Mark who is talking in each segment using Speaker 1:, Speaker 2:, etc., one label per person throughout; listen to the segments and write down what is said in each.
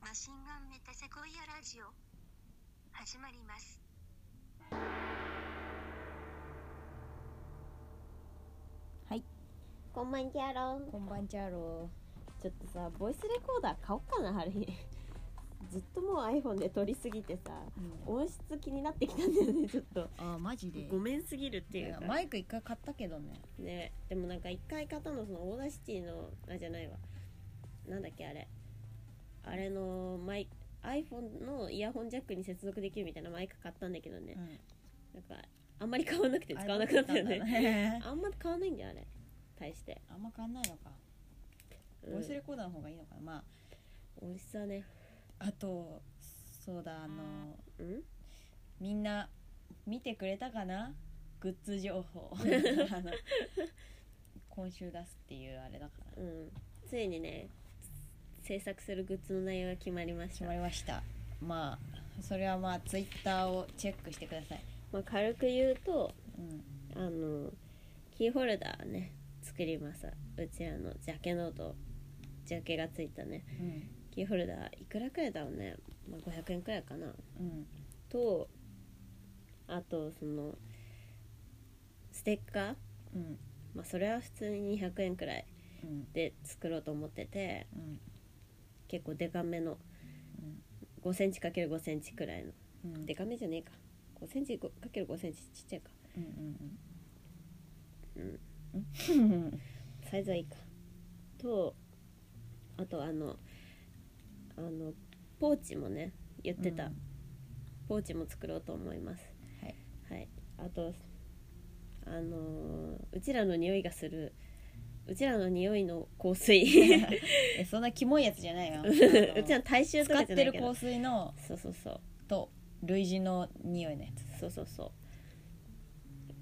Speaker 1: 発信がメタセコイアラジオ始まります
Speaker 2: こんばんちゃろ
Speaker 3: こんばんちゃろ
Speaker 2: ちょっとさボイスレコーダー買おっかなハリー ずっともう iPhone で撮りすぎてさ
Speaker 3: う、
Speaker 2: 音質気になってきたんだよねちょっと
Speaker 3: あーマジで
Speaker 2: ごめんすぎるっていうか
Speaker 3: いやマイク一回買ったけどね
Speaker 2: ねでもなんか一回買ったのそのオーダーシティのあじゃないわなんだっけあれあれのマイ iPhone のイヤホンジャックに接続できるみたいなマイク買ったんだけどね、なんかあんまり買わなくて使わなくなったよね
Speaker 3: ね
Speaker 2: あんま買わないんだよあれ対して、
Speaker 3: あんま変わんないのか
Speaker 2: うん
Speaker 3: ボイスレコーダーの方がいいのかなま
Speaker 2: 音質はね
Speaker 3: ああとそうだあの
Speaker 2: うん
Speaker 3: みんな見てくれたかなグッズ情報 あの今週出すっていうあれだから
Speaker 2: うん、ついにね制作するグッズの内容が決まりまし
Speaker 3: 決
Speaker 2: た、
Speaker 3: まりましたまあそれはまあツイッターをチェックしてください
Speaker 2: まあ、軽く言うと
Speaker 3: うん
Speaker 2: あのキーホルダーね作りますうちあのジャケノートジャケがついたね
Speaker 3: うん
Speaker 2: キーホルダーいくらくらいだろうね、まあ、500円くらいかな
Speaker 3: うん
Speaker 2: とあとそのステッカー、
Speaker 3: うん
Speaker 2: まあ、それは普通に200円くらい
Speaker 3: うん
Speaker 2: で作ろうと思ってて
Speaker 3: うん
Speaker 2: 結構デカめの5センチ ×5 センチくらいの
Speaker 3: うん
Speaker 2: でかめじゃねえか5センチ ×5 センチちっちゃいか
Speaker 3: うん
Speaker 2: うん
Speaker 3: うんうんうん
Speaker 2: サイズはいいかとあとあのあのポーチもね言ってた、
Speaker 3: うん
Speaker 2: ポーチも作ろうと思います
Speaker 3: はい、
Speaker 2: はい、あとあのーうちらの匂いがするうちらの匂いの香 水
Speaker 3: えそんなキモいやつじゃないよ
Speaker 2: うちら
Speaker 3: は
Speaker 2: の大衆と
Speaker 3: 使
Speaker 2: か
Speaker 3: っ
Speaker 2: じ
Speaker 3: て
Speaker 2: ゃない
Speaker 3: る
Speaker 2: けど
Speaker 3: 香水の
Speaker 2: そうそうそう
Speaker 3: と類似の匂いのや
Speaker 2: そうそうそ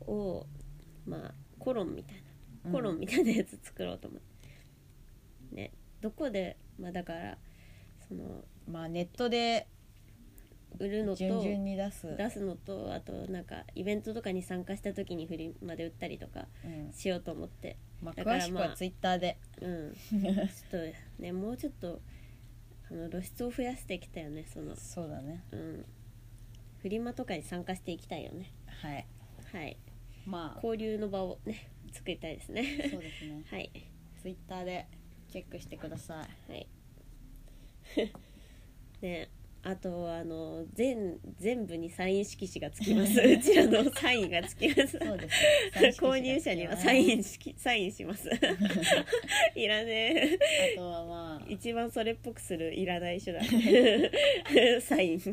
Speaker 2: うをまあコロンみたいな
Speaker 3: つ
Speaker 2: コロンみたいなやつ作ろうと思って、ねどこでまあだからその
Speaker 3: うんまあネットで
Speaker 2: 売るのと
Speaker 3: 順々に出す
Speaker 2: 出すのとあとなんかイベントとかに参加した時にフリマで売ったりとか
Speaker 3: うん
Speaker 2: しようと思って
Speaker 3: まあ、
Speaker 2: だから
Speaker 3: 詳しく
Speaker 2: まあ
Speaker 3: はツイッターで、
Speaker 2: うんちょっとねもうちょっとあの露出を増やしていきたいよねその
Speaker 3: そうだね
Speaker 2: うんフリマとかに参加していきたいよね
Speaker 3: はい
Speaker 2: はい
Speaker 3: まあ
Speaker 2: 交流の場をね作りたいですね
Speaker 3: そうですね
Speaker 2: はい
Speaker 3: ツイッターでチェックしてください
Speaker 2: はい。 ねあとあの全全部にサイン色紙がつきます うちらのサインがつきます
Speaker 3: そうです
Speaker 2: 購入者にはサイ
Speaker 3: ン
Speaker 2: ン式サインしますいらね
Speaker 3: あとはまあ
Speaker 2: え一番それっぽくするいらない手 段サイン
Speaker 3: ツ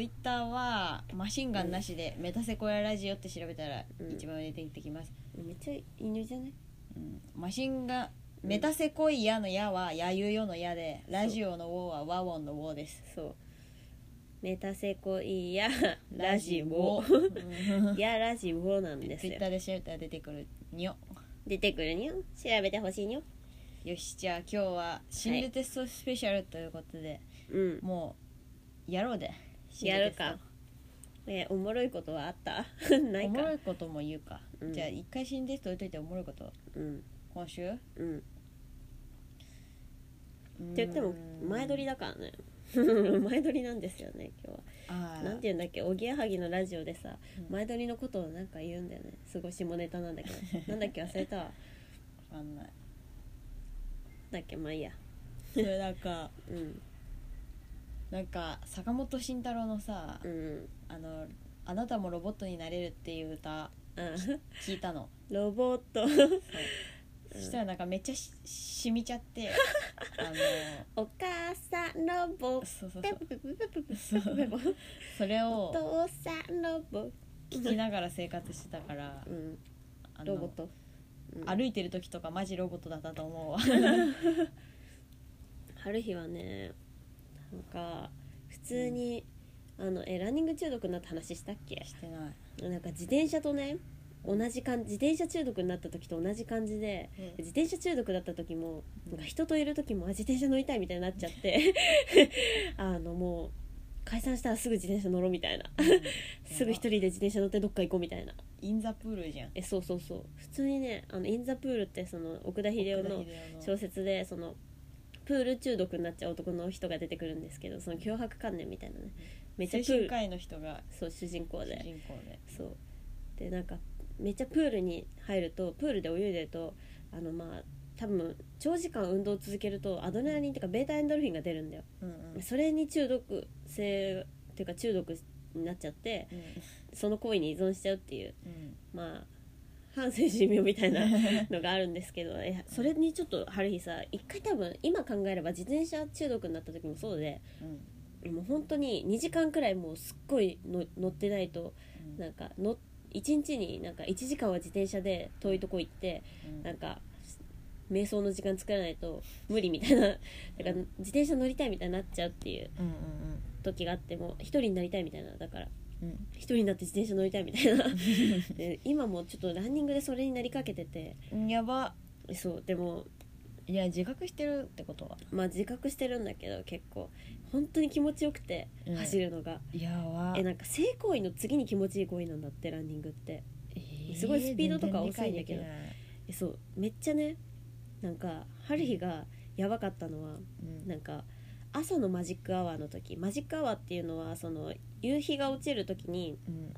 Speaker 3: イッターはマシンガンなしで「メタセコイアラジオ」って調べたら
Speaker 2: うん
Speaker 3: 一番上で出てきます、
Speaker 2: めっちゃ犬じゃない
Speaker 3: うんマシンガン
Speaker 2: うん
Speaker 3: メタセコイアの矢はやゆよの矢でラジオのウォーは和音のウォーです
Speaker 2: そうメタセコイやラジオ
Speaker 3: うん
Speaker 2: い やラジオなんです
Speaker 3: ツイ
Speaker 2: よ
Speaker 3: ッターで調べたら出てくるにょ
Speaker 2: 出てくるにょ調べてほしいにょ
Speaker 3: よしじゃあ今日は心理テストスペシャルということで、
Speaker 2: うん
Speaker 3: もうやろうで
Speaker 2: やるかえおもろいことはあった
Speaker 3: 心理テストお
Speaker 2: ない
Speaker 3: も
Speaker 2: か
Speaker 3: ろいことも言うか、
Speaker 2: うん
Speaker 3: じゃあ一回心理テスト置いといておもろいこと
Speaker 2: うん
Speaker 3: 今週って
Speaker 2: うんって言っても前撮りだからね 前撮りなんですよね今日はなんて言うんだっけおぎやはぎのラジオでさ
Speaker 3: うん
Speaker 2: 前撮りのことをなんか言うんだよねすごい下ネタな んだけどなんだっけ忘れたわ
Speaker 3: わかんない
Speaker 2: だっけまあいいや
Speaker 3: それなんか
Speaker 2: うん
Speaker 3: なんか坂本慎太郎のさ、
Speaker 2: うん
Speaker 3: あの「あなたもロボットになれる」っていう歌
Speaker 2: あ
Speaker 3: 聞いたの、
Speaker 2: ロボット
Speaker 3: そしたらなんかめっちゃし染みちゃってあ
Speaker 2: お母さんロボ
Speaker 3: のそうそう
Speaker 2: ペ
Speaker 3: そう
Speaker 2: プペプペプペ
Speaker 3: そう
Speaker 2: プペプ
Speaker 3: それ
Speaker 2: お
Speaker 3: を
Speaker 2: 父さんロボ
Speaker 3: 聞きながら生活してたから
Speaker 2: うん
Speaker 3: あの
Speaker 2: ロボットうん
Speaker 3: 歩いてる時とかマジロボットだったと思うわ
Speaker 2: ある日はねなんか普通に、あのえランニング中毒になった話したっけ
Speaker 3: してない、
Speaker 2: なんか自転車とね同じ感じ自転車中毒になった時と同じ感じで自転車中毒だった時もなんか人といる時もあ自転車乗りたいみたいになっちゃって あのもう解散したらすぐ自転車乗ろうみたいなすぐ一人で自転車乗ってどっか行こうみたいな
Speaker 3: インザプールじゃん
Speaker 2: えそうそうそう普通にね「あのイン・ザ・プール」ってその奥田秀夫の
Speaker 3: 奥田秀夫の
Speaker 2: 小説でそのプール中毒になっちゃう男の人が出てくるんですけどその脅迫観念みたいなねめっちゃ
Speaker 3: 精
Speaker 2: プー
Speaker 3: 神
Speaker 2: ル
Speaker 3: 科医の人が
Speaker 2: そう主人公
Speaker 3: 主
Speaker 2: で
Speaker 3: 人公で
Speaker 2: そうでなんかめっちゃプールに入るとプールで泳いでるとあのまあ多分長時間運動を続けるとアドレナリンとかベータエンドルフィンが出るんだよ
Speaker 3: うんうんうん
Speaker 2: それに中毒性っていうか中毒になっちゃってその行為に依存しちゃうっていう
Speaker 3: うん
Speaker 2: まあ反精神病みたいなのがあるんですけどいやそれにちょっと春日さ一回多分今考えれば自転車中毒になった時もそうで
Speaker 3: うん
Speaker 2: もう本当に2時間くらいもうすっごいの乗ってないと
Speaker 3: うん
Speaker 2: なんかの1日になんか1時間は自転車で遠いとこ行って
Speaker 3: うん
Speaker 2: なんか瞑想の時間作らないと無理みたいなだから
Speaker 3: うん
Speaker 2: 自転車乗りたいみたいになっちゃうっていう
Speaker 3: うんうん
Speaker 2: 時があっても一人になりたいみたいなだから
Speaker 3: うんうん
Speaker 2: 一人になって自転車乗りたいみたいな で今もちょっとランニングでそれになりかけてて
Speaker 3: うんやば
Speaker 2: そうでも
Speaker 3: いや自覚してるってことは
Speaker 2: まあ自覚してるんだけど結構本当に気持ちよくて
Speaker 3: うん
Speaker 2: 走るのが、
Speaker 3: やば
Speaker 2: えなんか性行為の次に気持ちいい行為なんだってランニングって。
Speaker 3: え
Speaker 2: すごいスピードとか
Speaker 3: 全然
Speaker 2: 遅いんだけど
Speaker 3: 理解で
Speaker 2: えそうめっちゃねなんか春日がやばかったのは
Speaker 3: きないうん
Speaker 2: なんか朝のマジックアワーの時マジックアワーっていうのはその夕日が落ちる時に
Speaker 3: うん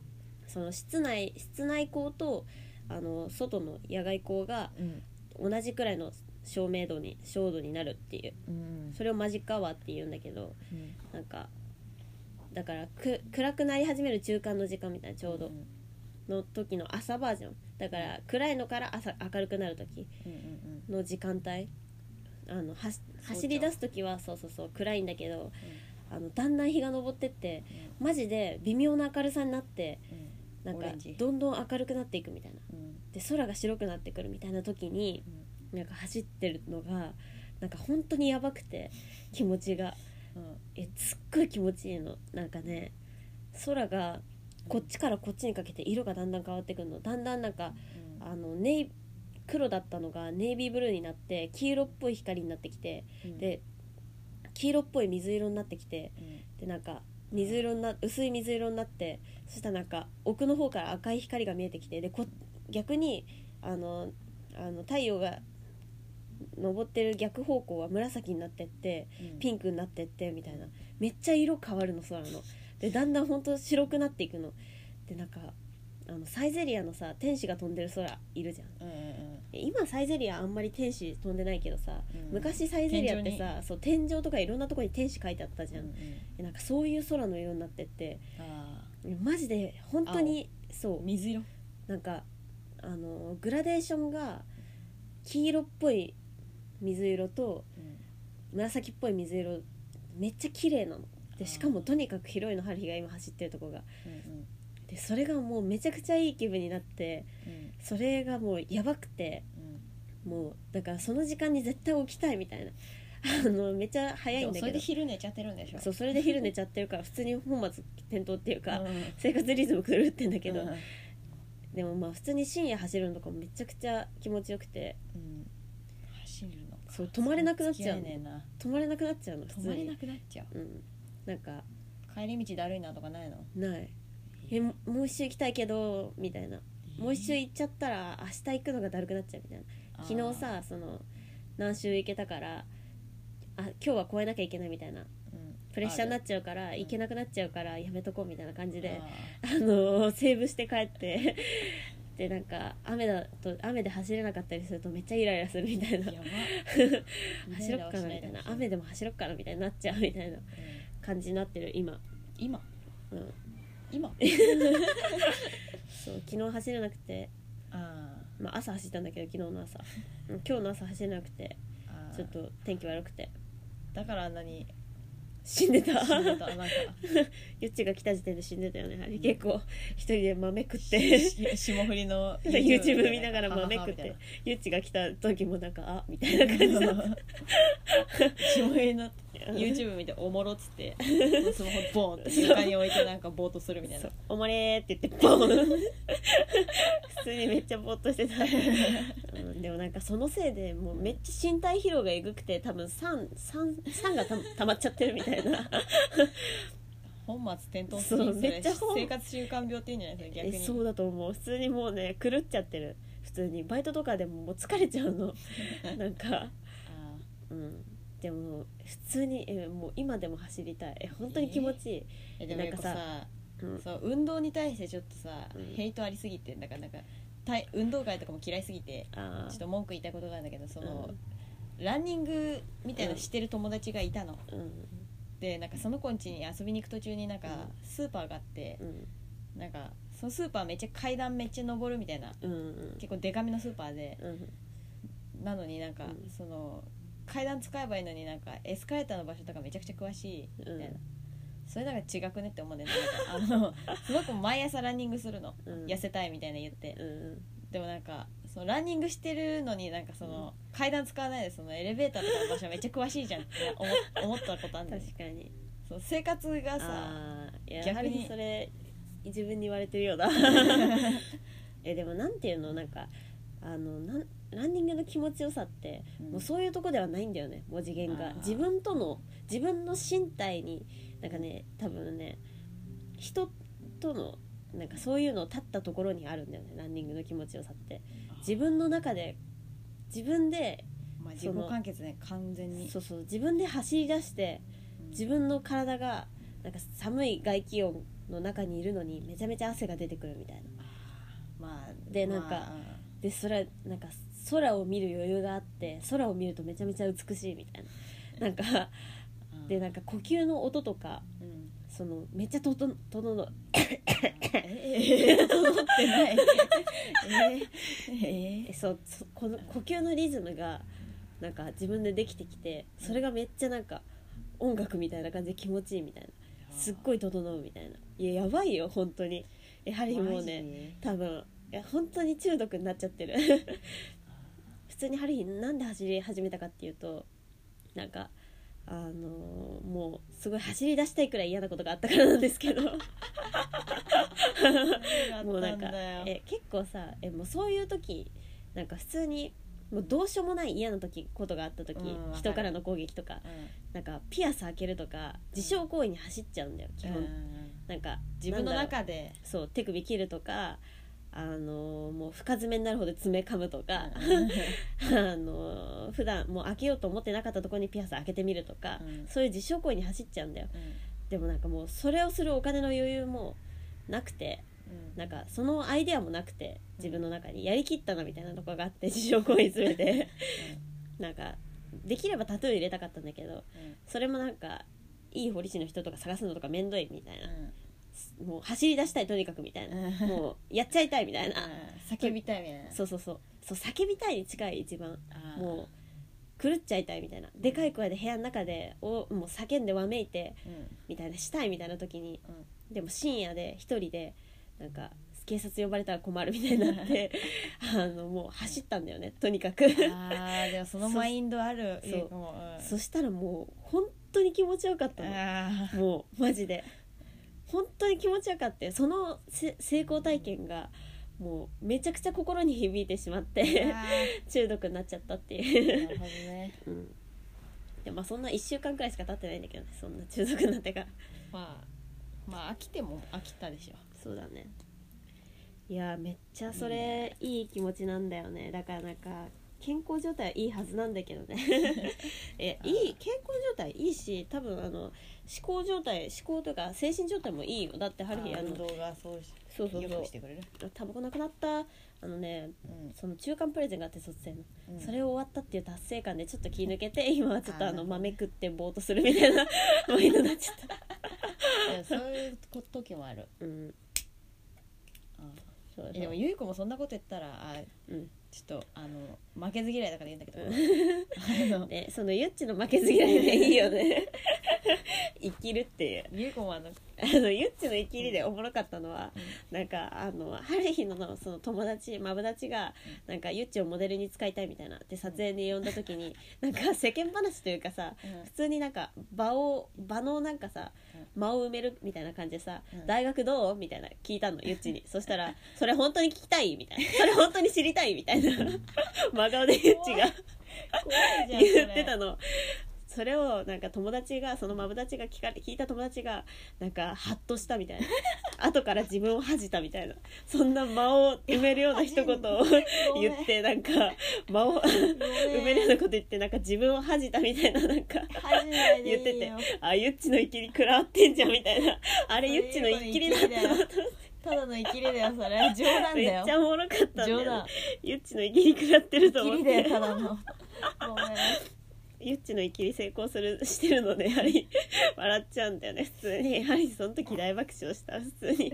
Speaker 2: その室内室内光とあの外の野外光が
Speaker 3: うん
Speaker 2: 同じくらいの照明度に照度になるっていう
Speaker 3: うん
Speaker 2: それをマジックアワーっていうんだけど
Speaker 3: うん
Speaker 2: なんかだからく暗くなり始める中間の時間みたいなちょうど
Speaker 3: うん
Speaker 2: の時の朝バージョンだから暗いのから朝明るくなる時
Speaker 3: うんうん
Speaker 2: の時間帯あのはし走り出す時はそうそうそう暗いんだけど、あのだんだん日が昇ってってマジで微妙な明るさになって
Speaker 3: う
Speaker 2: なんか
Speaker 3: オレンジ
Speaker 2: どんどん明るくなっていくみたいなん
Speaker 3: うん
Speaker 2: で空が白くなってくるみたいな時になんか走ってるのがなんか本当にやばくて気持ちが
Speaker 3: うん
Speaker 2: えすっごい気持ちいいのなんかね空がこっちからこっちにかけて色がだんだん変わってくるのだんだんなんか
Speaker 3: うん
Speaker 2: あのネイ黒だったのがネイビーブルーになって黄色っぽい光になってきて
Speaker 3: うん
Speaker 2: で黄色っぽい水色になってきて
Speaker 3: うん
Speaker 2: でなんか水色にな薄い水色になってそしたらなんか奥の方から赤い光が見えてきてでこ逆にあのあの太陽が昇ってる逆方向は紫になってって
Speaker 3: うん
Speaker 2: ピンクになってってみたいなめっちゃ色変わるの空のでだんだんほんと白くなっていくのでなんかあのサイゼリアのさ天使が飛んでる空いるじゃん
Speaker 3: うんうん
Speaker 2: え今サイゼリアあんまり天使飛んでないけどさ、
Speaker 3: うん
Speaker 2: 昔サイゼリアってさそう天井とかいろんなとこに天使書いてあったじ
Speaker 3: う
Speaker 2: ゃん、
Speaker 3: んうん
Speaker 2: えなんかそういう空のようになってって
Speaker 3: あ
Speaker 2: マジで本当に
Speaker 3: ー
Speaker 2: そう
Speaker 3: 水色
Speaker 2: なんかあのグラデーションが黄色っぽい水色と紫っぽい水色めっちゃ綺麗なのでしかもとにかく広いの春日が今走ってるとこが
Speaker 3: うんうん
Speaker 2: でそれがもうめちゃくちゃいい気分になって
Speaker 3: うん
Speaker 2: それがもうやばくて
Speaker 3: うん
Speaker 2: もうだからその時間に絶対起きたいみたいな あのめっちゃ早い
Speaker 3: で
Speaker 2: ん
Speaker 3: も
Speaker 2: だ
Speaker 3: それ
Speaker 2: けど
Speaker 3: で
Speaker 2: そ
Speaker 3: 昼寝ちゃってるんでしょ
Speaker 2: うそれで昼寝ちゃってるから普通に本末転倒っていうか、
Speaker 3: うんうん
Speaker 2: 生活リズム狂ってんだけど、
Speaker 3: うん
Speaker 2: でもまあ普通に深夜走るのとかもめちゃくちゃ気持ちよくて
Speaker 3: うん走るのか
Speaker 2: そう止まれなくなっちゃう
Speaker 3: 付き合えねえな
Speaker 2: 止まれなくなっちゃうの普
Speaker 3: 止
Speaker 2: 通
Speaker 3: まれな
Speaker 2: に
Speaker 3: くなっちゃう
Speaker 2: うんなんか
Speaker 3: 帰り道だるいなとかないの
Speaker 2: ないえももう一周行きたいけどみたいなもう一周
Speaker 3: えー
Speaker 2: 行っちゃったら明日行くのがだるくなっちゃうみたいな昨日さその何周行けたからあ今日は超えなきゃいけないみたいな
Speaker 3: あーうん
Speaker 2: プレッシャーにな
Speaker 3: あ
Speaker 2: っちゃうから
Speaker 3: る
Speaker 2: 行けなくなっちゃうからやめとこうみたいな感じ
Speaker 3: る
Speaker 2: であのセーブして帰ってでなんか雨だと雨で走れなかったりするとめっちゃイライラするみたい
Speaker 3: あー
Speaker 2: な
Speaker 3: や ば
Speaker 2: 走ろっかなみたいな雨
Speaker 3: で
Speaker 2: でも走ろっかなみたいになっちゃうみたいな感じになってる今、
Speaker 3: 今
Speaker 2: うん、
Speaker 3: 今
Speaker 2: そう昨日走れなくて、
Speaker 3: あ
Speaker 2: まあ、朝走ったんだけど昨日の 朝うん今日の朝走れなくて
Speaker 3: ーあー
Speaker 2: ちょっと天気悪くて
Speaker 3: だからあんな に
Speaker 2: 死んでた
Speaker 3: 死ん でたなんか
Speaker 2: ゆっちが来た時点で死んでたよねあれ結構一人で豆食 っ
Speaker 3: して霜降りの
Speaker 2: YouTube 見ながら豆食っ
Speaker 3: ははは
Speaker 2: てゆっちが来た時もなんかあみたいな 感じだった
Speaker 3: 霜降りの YouTube 見ておもろっつ ってスマホボーンって床に置いてなんかぼーっとするみたい
Speaker 2: そ
Speaker 3: な
Speaker 2: う「おもれ」って言ってボン普通にめっちゃぼーっとしてた、うんでもなんかそのせいでもうめっちゃ身体疲労がえぐくて多分酸酸酸がた溜まっちゃってるみたいな
Speaker 3: 本末転倒す
Speaker 2: そ
Speaker 3: る
Speaker 2: うめっちゃ本
Speaker 3: 生活習慣病っていうんじゃないですか逆
Speaker 2: え
Speaker 3: に
Speaker 2: そうだと思う普通にもうね狂っちゃってる 普通にバイトとかでももう疲れちゃうのなんか
Speaker 3: あ
Speaker 2: うんでも普通にえもう今でも走りたいえ本当に気持ちいい、
Speaker 3: えでもやっぱ
Speaker 2: なん
Speaker 3: さ
Speaker 2: かうん
Speaker 3: そう運動に対してちょっとさ、
Speaker 2: うん
Speaker 3: ヘイトありすぎてだからなんかたい運動会とかも嫌いすぎて
Speaker 2: あー
Speaker 3: ちょっと文句言いたいことがあるんだけどその、
Speaker 2: うん
Speaker 3: ランニングみたいなのしてる友達がいたの、
Speaker 2: うん
Speaker 3: でなんかその子ん家に遊びに行く途中になんかスーパーがあって
Speaker 2: う、ん
Speaker 3: なんかそのスーパーめっちゃ階段めっちゃ登るみたいな
Speaker 2: うんうん
Speaker 3: 結構デカめのスーパーで
Speaker 2: うん
Speaker 3: なのになんか、
Speaker 2: うん
Speaker 3: その階段使えばいいのになんかエスカレーターの場所とかめちゃくちゃ詳しいみたいな、
Speaker 2: うん
Speaker 3: それなんか違くねって思うねんなんか あのその子毎朝ランニングするの、
Speaker 2: うん
Speaker 3: 痩せたいみたいな言って
Speaker 2: うん
Speaker 3: でもなんかそのランニングしてるのになんかその、階段使わないでそのエレベーターとかの場所めっちゃ詳しいじゃんって 思思ったことあるんだよね
Speaker 2: 確かに
Speaker 3: そう生活がさ
Speaker 2: あーいややは
Speaker 3: 逆に
Speaker 2: りそれ自分に言われてるよう だえでもなんていうのなんかあのなんランニングの気持ちよさってもうそういうとこではないんだよねもう次元
Speaker 3: あ
Speaker 2: が
Speaker 3: ー
Speaker 2: 自分との自分の身体になんかね多分ね人とのなんかそういうのを立ったところにあるんだよねランニングの気持ちよさって自分の中で自分で
Speaker 3: まあ、自
Speaker 2: その
Speaker 3: 己完結ね完全に
Speaker 2: そうそう自分で走り出して
Speaker 3: うん
Speaker 2: 自分の体がなんか寒い外気温の中にいるのにめちゃめちゃ汗が出てくるみたいな
Speaker 3: まあ
Speaker 2: で
Speaker 3: まあ
Speaker 2: なんかでそれなんか空を見る余裕があって空を見るとめちゃめちゃ美しいみたいななんか
Speaker 3: うん
Speaker 2: でなんか呼吸の音とか
Speaker 3: うん
Speaker 2: そのめっちゃとととのの
Speaker 3: ええ整ってない。え
Speaker 2: えそうそこの呼吸のリズムがなんか自分でできてきてそれがめっちゃなんか音楽みたいな感じで気持ちいいみたいなすっごい整うみたいないややばいよ本当にやはりもうね
Speaker 3: ね。
Speaker 2: 多分いや本当に中毒になっちゃってる 普通にハリーなんで走り始めたかっていうとなんかあのーもうすごい走り出したいくらい嫌なことがあったからなんですけどもうなんかえ結構さえもうそういう時なんか普通にもうどうしようもない嫌な時ことがあった時、
Speaker 3: うんわかる
Speaker 2: 人からの攻撃とかなんかピアス開けるとか自傷行為に走っちゃうんだよ基
Speaker 3: うん
Speaker 2: 本、
Speaker 3: うん
Speaker 2: なんか
Speaker 3: 自分の
Speaker 2: なんだろう
Speaker 3: 中で。
Speaker 2: そう手首切るとかあのーもう深爪になるほど爪噛むとか、 あのー普段もう開けようと思ってなかったところにピアス開けてみるとか、
Speaker 3: うん
Speaker 2: そういう自傷行為に走っちゃうんだよ
Speaker 3: うん
Speaker 2: でもなんかもうそれをするお金の余裕もなくて
Speaker 3: うん
Speaker 2: なんかそのアイデアもなくて自分の中にやりきったなみたいなとこがあって自傷行為すべて なんかできればタトゥー入れたかったんだけど
Speaker 3: うん
Speaker 2: それもなんかいい彫り師の人とか探すのとかめんどいみたいな
Speaker 3: うん
Speaker 2: もう走り出したいとにかくみたいな
Speaker 3: うん
Speaker 2: もうやっちゃいたいみたいな
Speaker 3: うん叫びたいみたいな。
Speaker 2: そうそうそうそう叫びたいに近い一番
Speaker 3: あー
Speaker 2: もう狂っちゃいたいみたいなでかい声で部屋の中でおもう叫んでわめいて
Speaker 3: うん。
Speaker 2: みたいなしたいみたいな時に
Speaker 3: うん
Speaker 2: でも深夜で一人でなんか警察呼ばれたら困るみたいになって あのもう走ったんだよねとにかく
Speaker 3: ああでもそのマインドある。
Speaker 2: そう
Speaker 3: いいかもうん
Speaker 2: そしたらもう本当に気持ちよかったの
Speaker 3: あー
Speaker 2: もうマジで本当に気持ちよかったよそのせ成功体験がもうめちゃくちゃ心に響いてしまって
Speaker 3: あ
Speaker 2: 中毒になっちゃったっていう、
Speaker 3: ーなるほどね。
Speaker 2: うん、でまあそんな1週間くらいしか経ってないんだけどねそんな中毒になってから
Speaker 3: まあまあ飽きても飽きたでしょ。
Speaker 2: そうだねいやーめっちゃそれいい気持ちなんだよねだからなんか健康状態はいいはずなんだけどね えいい健康状態いいし多分あの思考状態思考とか精神状態もいいよだってハリーあの
Speaker 3: 運動がそうし
Speaker 2: そうそうそう
Speaker 3: よくしてくれる。
Speaker 2: タバコなくなったあのね
Speaker 3: うん
Speaker 2: その中間プレゼンがあって卒生の、
Speaker 3: うん
Speaker 2: それを終わったっていう達成感でちょっと気抜 けて今はちょっと
Speaker 3: あー
Speaker 2: あ
Speaker 3: なる
Speaker 2: の
Speaker 3: ほど
Speaker 2: 豆食ってぼーっとするみた いな マインドになっちゃった
Speaker 3: いやそういう時もある。
Speaker 2: うん
Speaker 3: あ
Speaker 2: そう
Speaker 3: えでもゆいこもそんなこと言ったらあ
Speaker 2: うん
Speaker 3: ちょっとあの負けず嫌いだから言うんだけど、 あの
Speaker 2: ね、そのゆっちの負けず嫌いでいいよね生きるっていう
Speaker 3: ゆいこもあの
Speaker 2: あのゆっちの生きりでおもろかったのは、
Speaker 3: うん
Speaker 2: なんかあのハルヒののその友達マブダチがなんかゆっちをモデルに使いたいみたいなで撮影に呼んだ時に、なんか世間話というかさ普通になんか場を場のなんかさ間を埋めるみたいな感じでさ「
Speaker 3: うん
Speaker 2: 大学どう?」みたいな聞いたのゆっちにそしたら「それ本当に聞きたい?」みたいな「それ本当に知りたい?」みたいな真顔でゆっちが
Speaker 3: 怖いじゃん
Speaker 2: 言ってた
Speaker 3: の
Speaker 2: の。それをなんか友達がそのマブダチが聞かれ聞いた友達がなんかハッとしたみたい な後から自分を恥じたみたいなそんな間を埋めるような一言を 言ってなんか間を埋めるようなこと言ってなんか自分を恥じたみたいななんか
Speaker 3: 恥じないでいいよ
Speaker 2: 言っててあゆっちのイキリ食らってんじゃんみたい なあれ
Speaker 3: そう
Speaker 2: ゆ
Speaker 3: いう
Speaker 2: っちのイキリだったなと思って
Speaker 3: ただのイキリだよそれ冗談だ
Speaker 2: めっ
Speaker 3: よ
Speaker 2: ちゃおもろかったんだ
Speaker 3: 冗
Speaker 2: よ
Speaker 3: 談
Speaker 2: ねゆっちのイキリ食らってる
Speaker 3: イ
Speaker 2: と
Speaker 3: キ
Speaker 2: 思っ
Speaker 3: リだよ
Speaker 2: て
Speaker 3: ただのごめん
Speaker 2: ゆっちのイキリ成功するしてるのでやはり笑っちゃうんだよね普通にやはりその時大爆笑した普通に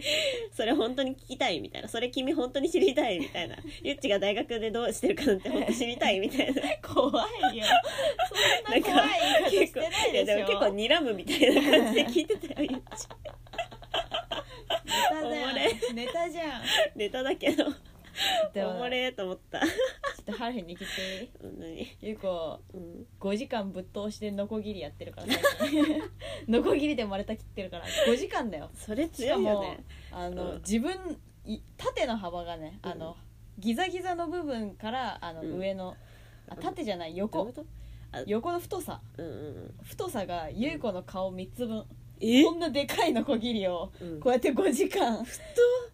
Speaker 2: それ本当に聞きたいみたいなそれ君本当に知りたいみたいなゆっちが大学でどうしてるかなんて本当知りたいみたいな
Speaker 3: 怖いよそんな怖い言い方してないでしょ
Speaker 2: いやでも結構睨むみたいな感じで聞いてたよゆっち
Speaker 3: ネタじゃんネ
Speaker 2: ネタだけど
Speaker 3: タじゃん
Speaker 2: おもれーと思った
Speaker 3: ちょっと春に来て
Speaker 2: 本当に
Speaker 3: ゆうこ
Speaker 2: うん
Speaker 3: 5時間ぶっ通しでノコギリやってるから 最近ノコギリで生まれた切ってるから5時間だよ
Speaker 2: それ
Speaker 3: しか
Speaker 2: 強いよ
Speaker 3: も
Speaker 2: ね
Speaker 3: あの、
Speaker 2: うん
Speaker 3: 自分い縦の幅がねあの、ギザギザの部分からあの、
Speaker 2: うん
Speaker 3: 上のあ縦じゃない
Speaker 2: どうい
Speaker 3: 横
Speaker 2: うこと
Speaker 3: 横の太さ
Speaker 2: うんうんうん
Speaker 3: 太さが優子の顔3つ分
Speaker 2: え
Speaker 3: こんなでかいのこぎりを
Speaker 2: うん
Speaker 3: こうやって5時間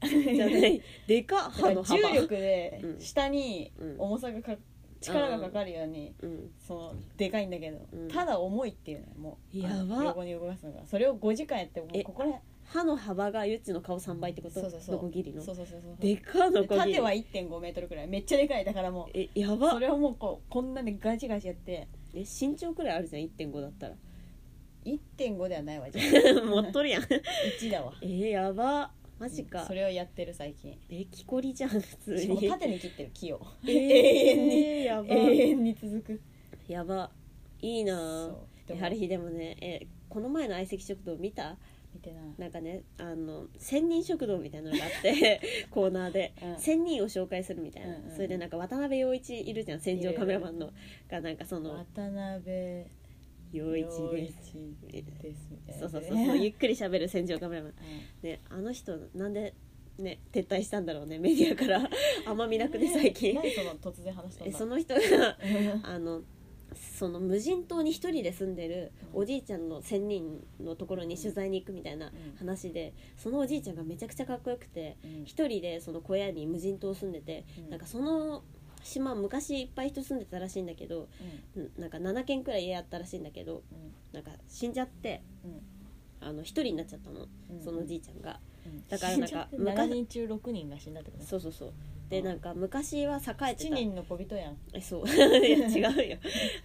Speaker 2: じゃないでかっ歯の
Speaker 3: 重
Speaker 2: 幅
Speaker 3: 力で
Speaker 2: うん
Speaker 3: 下に
Speaker 2: うん
Speaker 3: 重さがか力がかかるように、
Speaker 2: うん
Speaker 3: そのでかいんだけど、
Speaker 2: うん
Speaker 3: ただ重いっていうねもう
Speaker 2: やば
Speaker 3: あの横に動かすのがそれを5時間やってもう
Speaker 2: え
Speaker 3: ここら
Speaker 2: 歯の幅がゆっちの顔3倍ってこと
Speaker 3: そうそうそう
Speaker 2: ノコギリ
Speaker 3: 辺
Speaker 2: の
Speaker 3: そうそうそうそう
Speaker 2: でかっノ
Speaker 3: で
Speaker 2: コギリ
Speaker 3: 縦は1.5メートルくらいめっちゃでかいだからもう
Speaker 2: えや
Speaker 3: そ
Speaker 2: ば
Speaker 3: れをもうこうこんなにガチガチやって
Speaker 2: え身長くらいあるじゃん1.5だった
Speaker 3: 1.5ではないわじゃあ
Speaker 2: ら 持っとるやん
Speaker 3: 1だわ
Speaker 2: えやばマジか
Speaker 3: それをやってる最近
Speaker 2: え木こりじゃん普通
Speaker 3: しかも
Speaker 2: に
Speaker 3: 縦に切ってる木を
Speaker 2: え
Speaker 3: 永遠に
Speaker 2: えやば
Speaker 3: 永遠に続く
Speaker 2: やばいいなぁ
Speaker 3: そうでも
Speaker 2: やはりでもねえこの前の相席食堂見た
Speaker 3: 見てない
Speaker 2: なんかねあの千人食堂みたいなのがあって コーナーで
Speaker 3: うん
Speaker 2: 千人を紹介するみたいな、
Speaker 3: うんうん
Speaker 2: それでなんか渡辺陽一いるじゃん戦場カメラマンのがなんかその
Speaker 3: 渡辺
Speaker 2: 陽一です
Speaker 3: 陽一ですみたいな
Speaker 2: そうそうそうそうゆっくり喋る戦場カメラマン
Speaker 3: う
Speaker 2: ねあの人なんでね撤退したんだろうねメディアからあんま見
Speaker 3: ん
Speaker 2: なくて最近
Speaker 3: 何その突然話したん
Speaker 2: え
Speaker 3: だ
Speaker 2: その人が
Speaker 3: うん
Speaker 2: あのその無人島に一人で住んでるおじいちゃんの1,000人のところに取材に行くみたいな話でそのおじいちゃんがめちゃくちゃかっこよくて
Speaker 3: うん
Speaker 2: 一人でその小屋に無人島住んでて
Speaker 3: うん
Speaker 2: なんかその島昔いっぱい人住んでたらしいんだけど
Speaker 3: うん
Speaker 2: んなんか7軒くらい家あったらしいんだけどなんか死んじゃって
Speaker 3: うん
Speaker 2: あの一人になっちゃったの
Speaker 3: うん
Speaker 2: そのおじいちゃん
Speaker 3: う
Speaker 2: が。
Speaker 3: ん
Speaker 2: だからなん
Speaker 3: 死ん
Speaker 2: か
Speaker 3: じゃって7人中6人が死んだってことね
Speaker 2: そうそうそうでなんか昔は栄えて
Speaker 3: 7
Speaker 2: た
Speaker 3: 人の小人やん
Speaker 2: えそう いや違うよ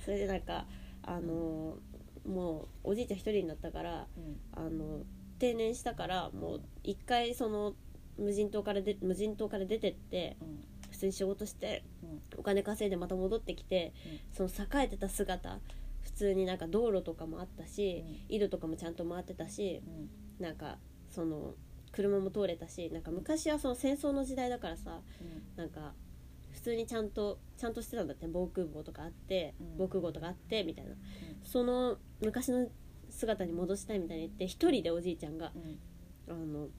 Speaker 2: それでなんかあのーもうおじいちゃん一人になったから
Speaker 3: うん
Speaker 2: あの定年したからもう一回その無人島からで無人島から出てって
Speaker 3: うん
Speaker 2: 普通に仕事して
Speaker 3: うん
Speaker 2: お金稼いでまた戻ってきてその栄えてた姿普通になんか道路とかもあったし井戸とかもちゃんと回ってたし
Speaker 3: うん
Speaker 2: なんかその車も通れたしなんか昔はその戦争の時代だからさ
Speaker 3: うん
Speaker 2: なんか普通にちゃんとちゃんとしてたんだって防空壕とかあって、
Speaker 3: うん
Speaker 2: 防空壕とかあってみたいな、その昔の姿に戻したいみたいに言って一人でおじいちゃんが
Speaker 3: うんうん
Speaker 2: あの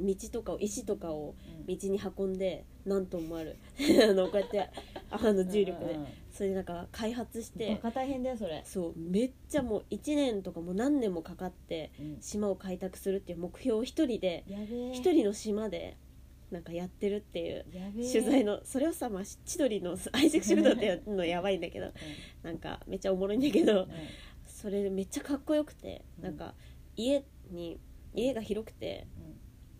Speaker 2: 道とかを石とかを
Speaker 3: うん
Speaker 2: 道に運んで何トンもある あのこうやってあの重力で
Speaker 3: うん
Speaker 2: それでなんか開発し
Speaker 3: バ
Speaker 2: て
Speaker 3: カ大変だよそれ
Speaker 2: そうめっちゃもう1年とかもう何年もかかって
Speaker 3: うん
Speaker 2: 島を開拓するっていう目標を一人で
Speaker 3: やべえ
Speaker 2: 一人の島でなんかやってるっていう
Speaker 3: やべえ
Speaker 2: 取材のそれをさ、まあ、し千鳥の相席食堂ってやるのやばいんだけどなんかめっちゃおもろいんだけど
Speaker 3: うん
Speaker 2: それめっちゃかっこよくて
Speaker 3: うん
Speaker 2: なんか家に家が広くて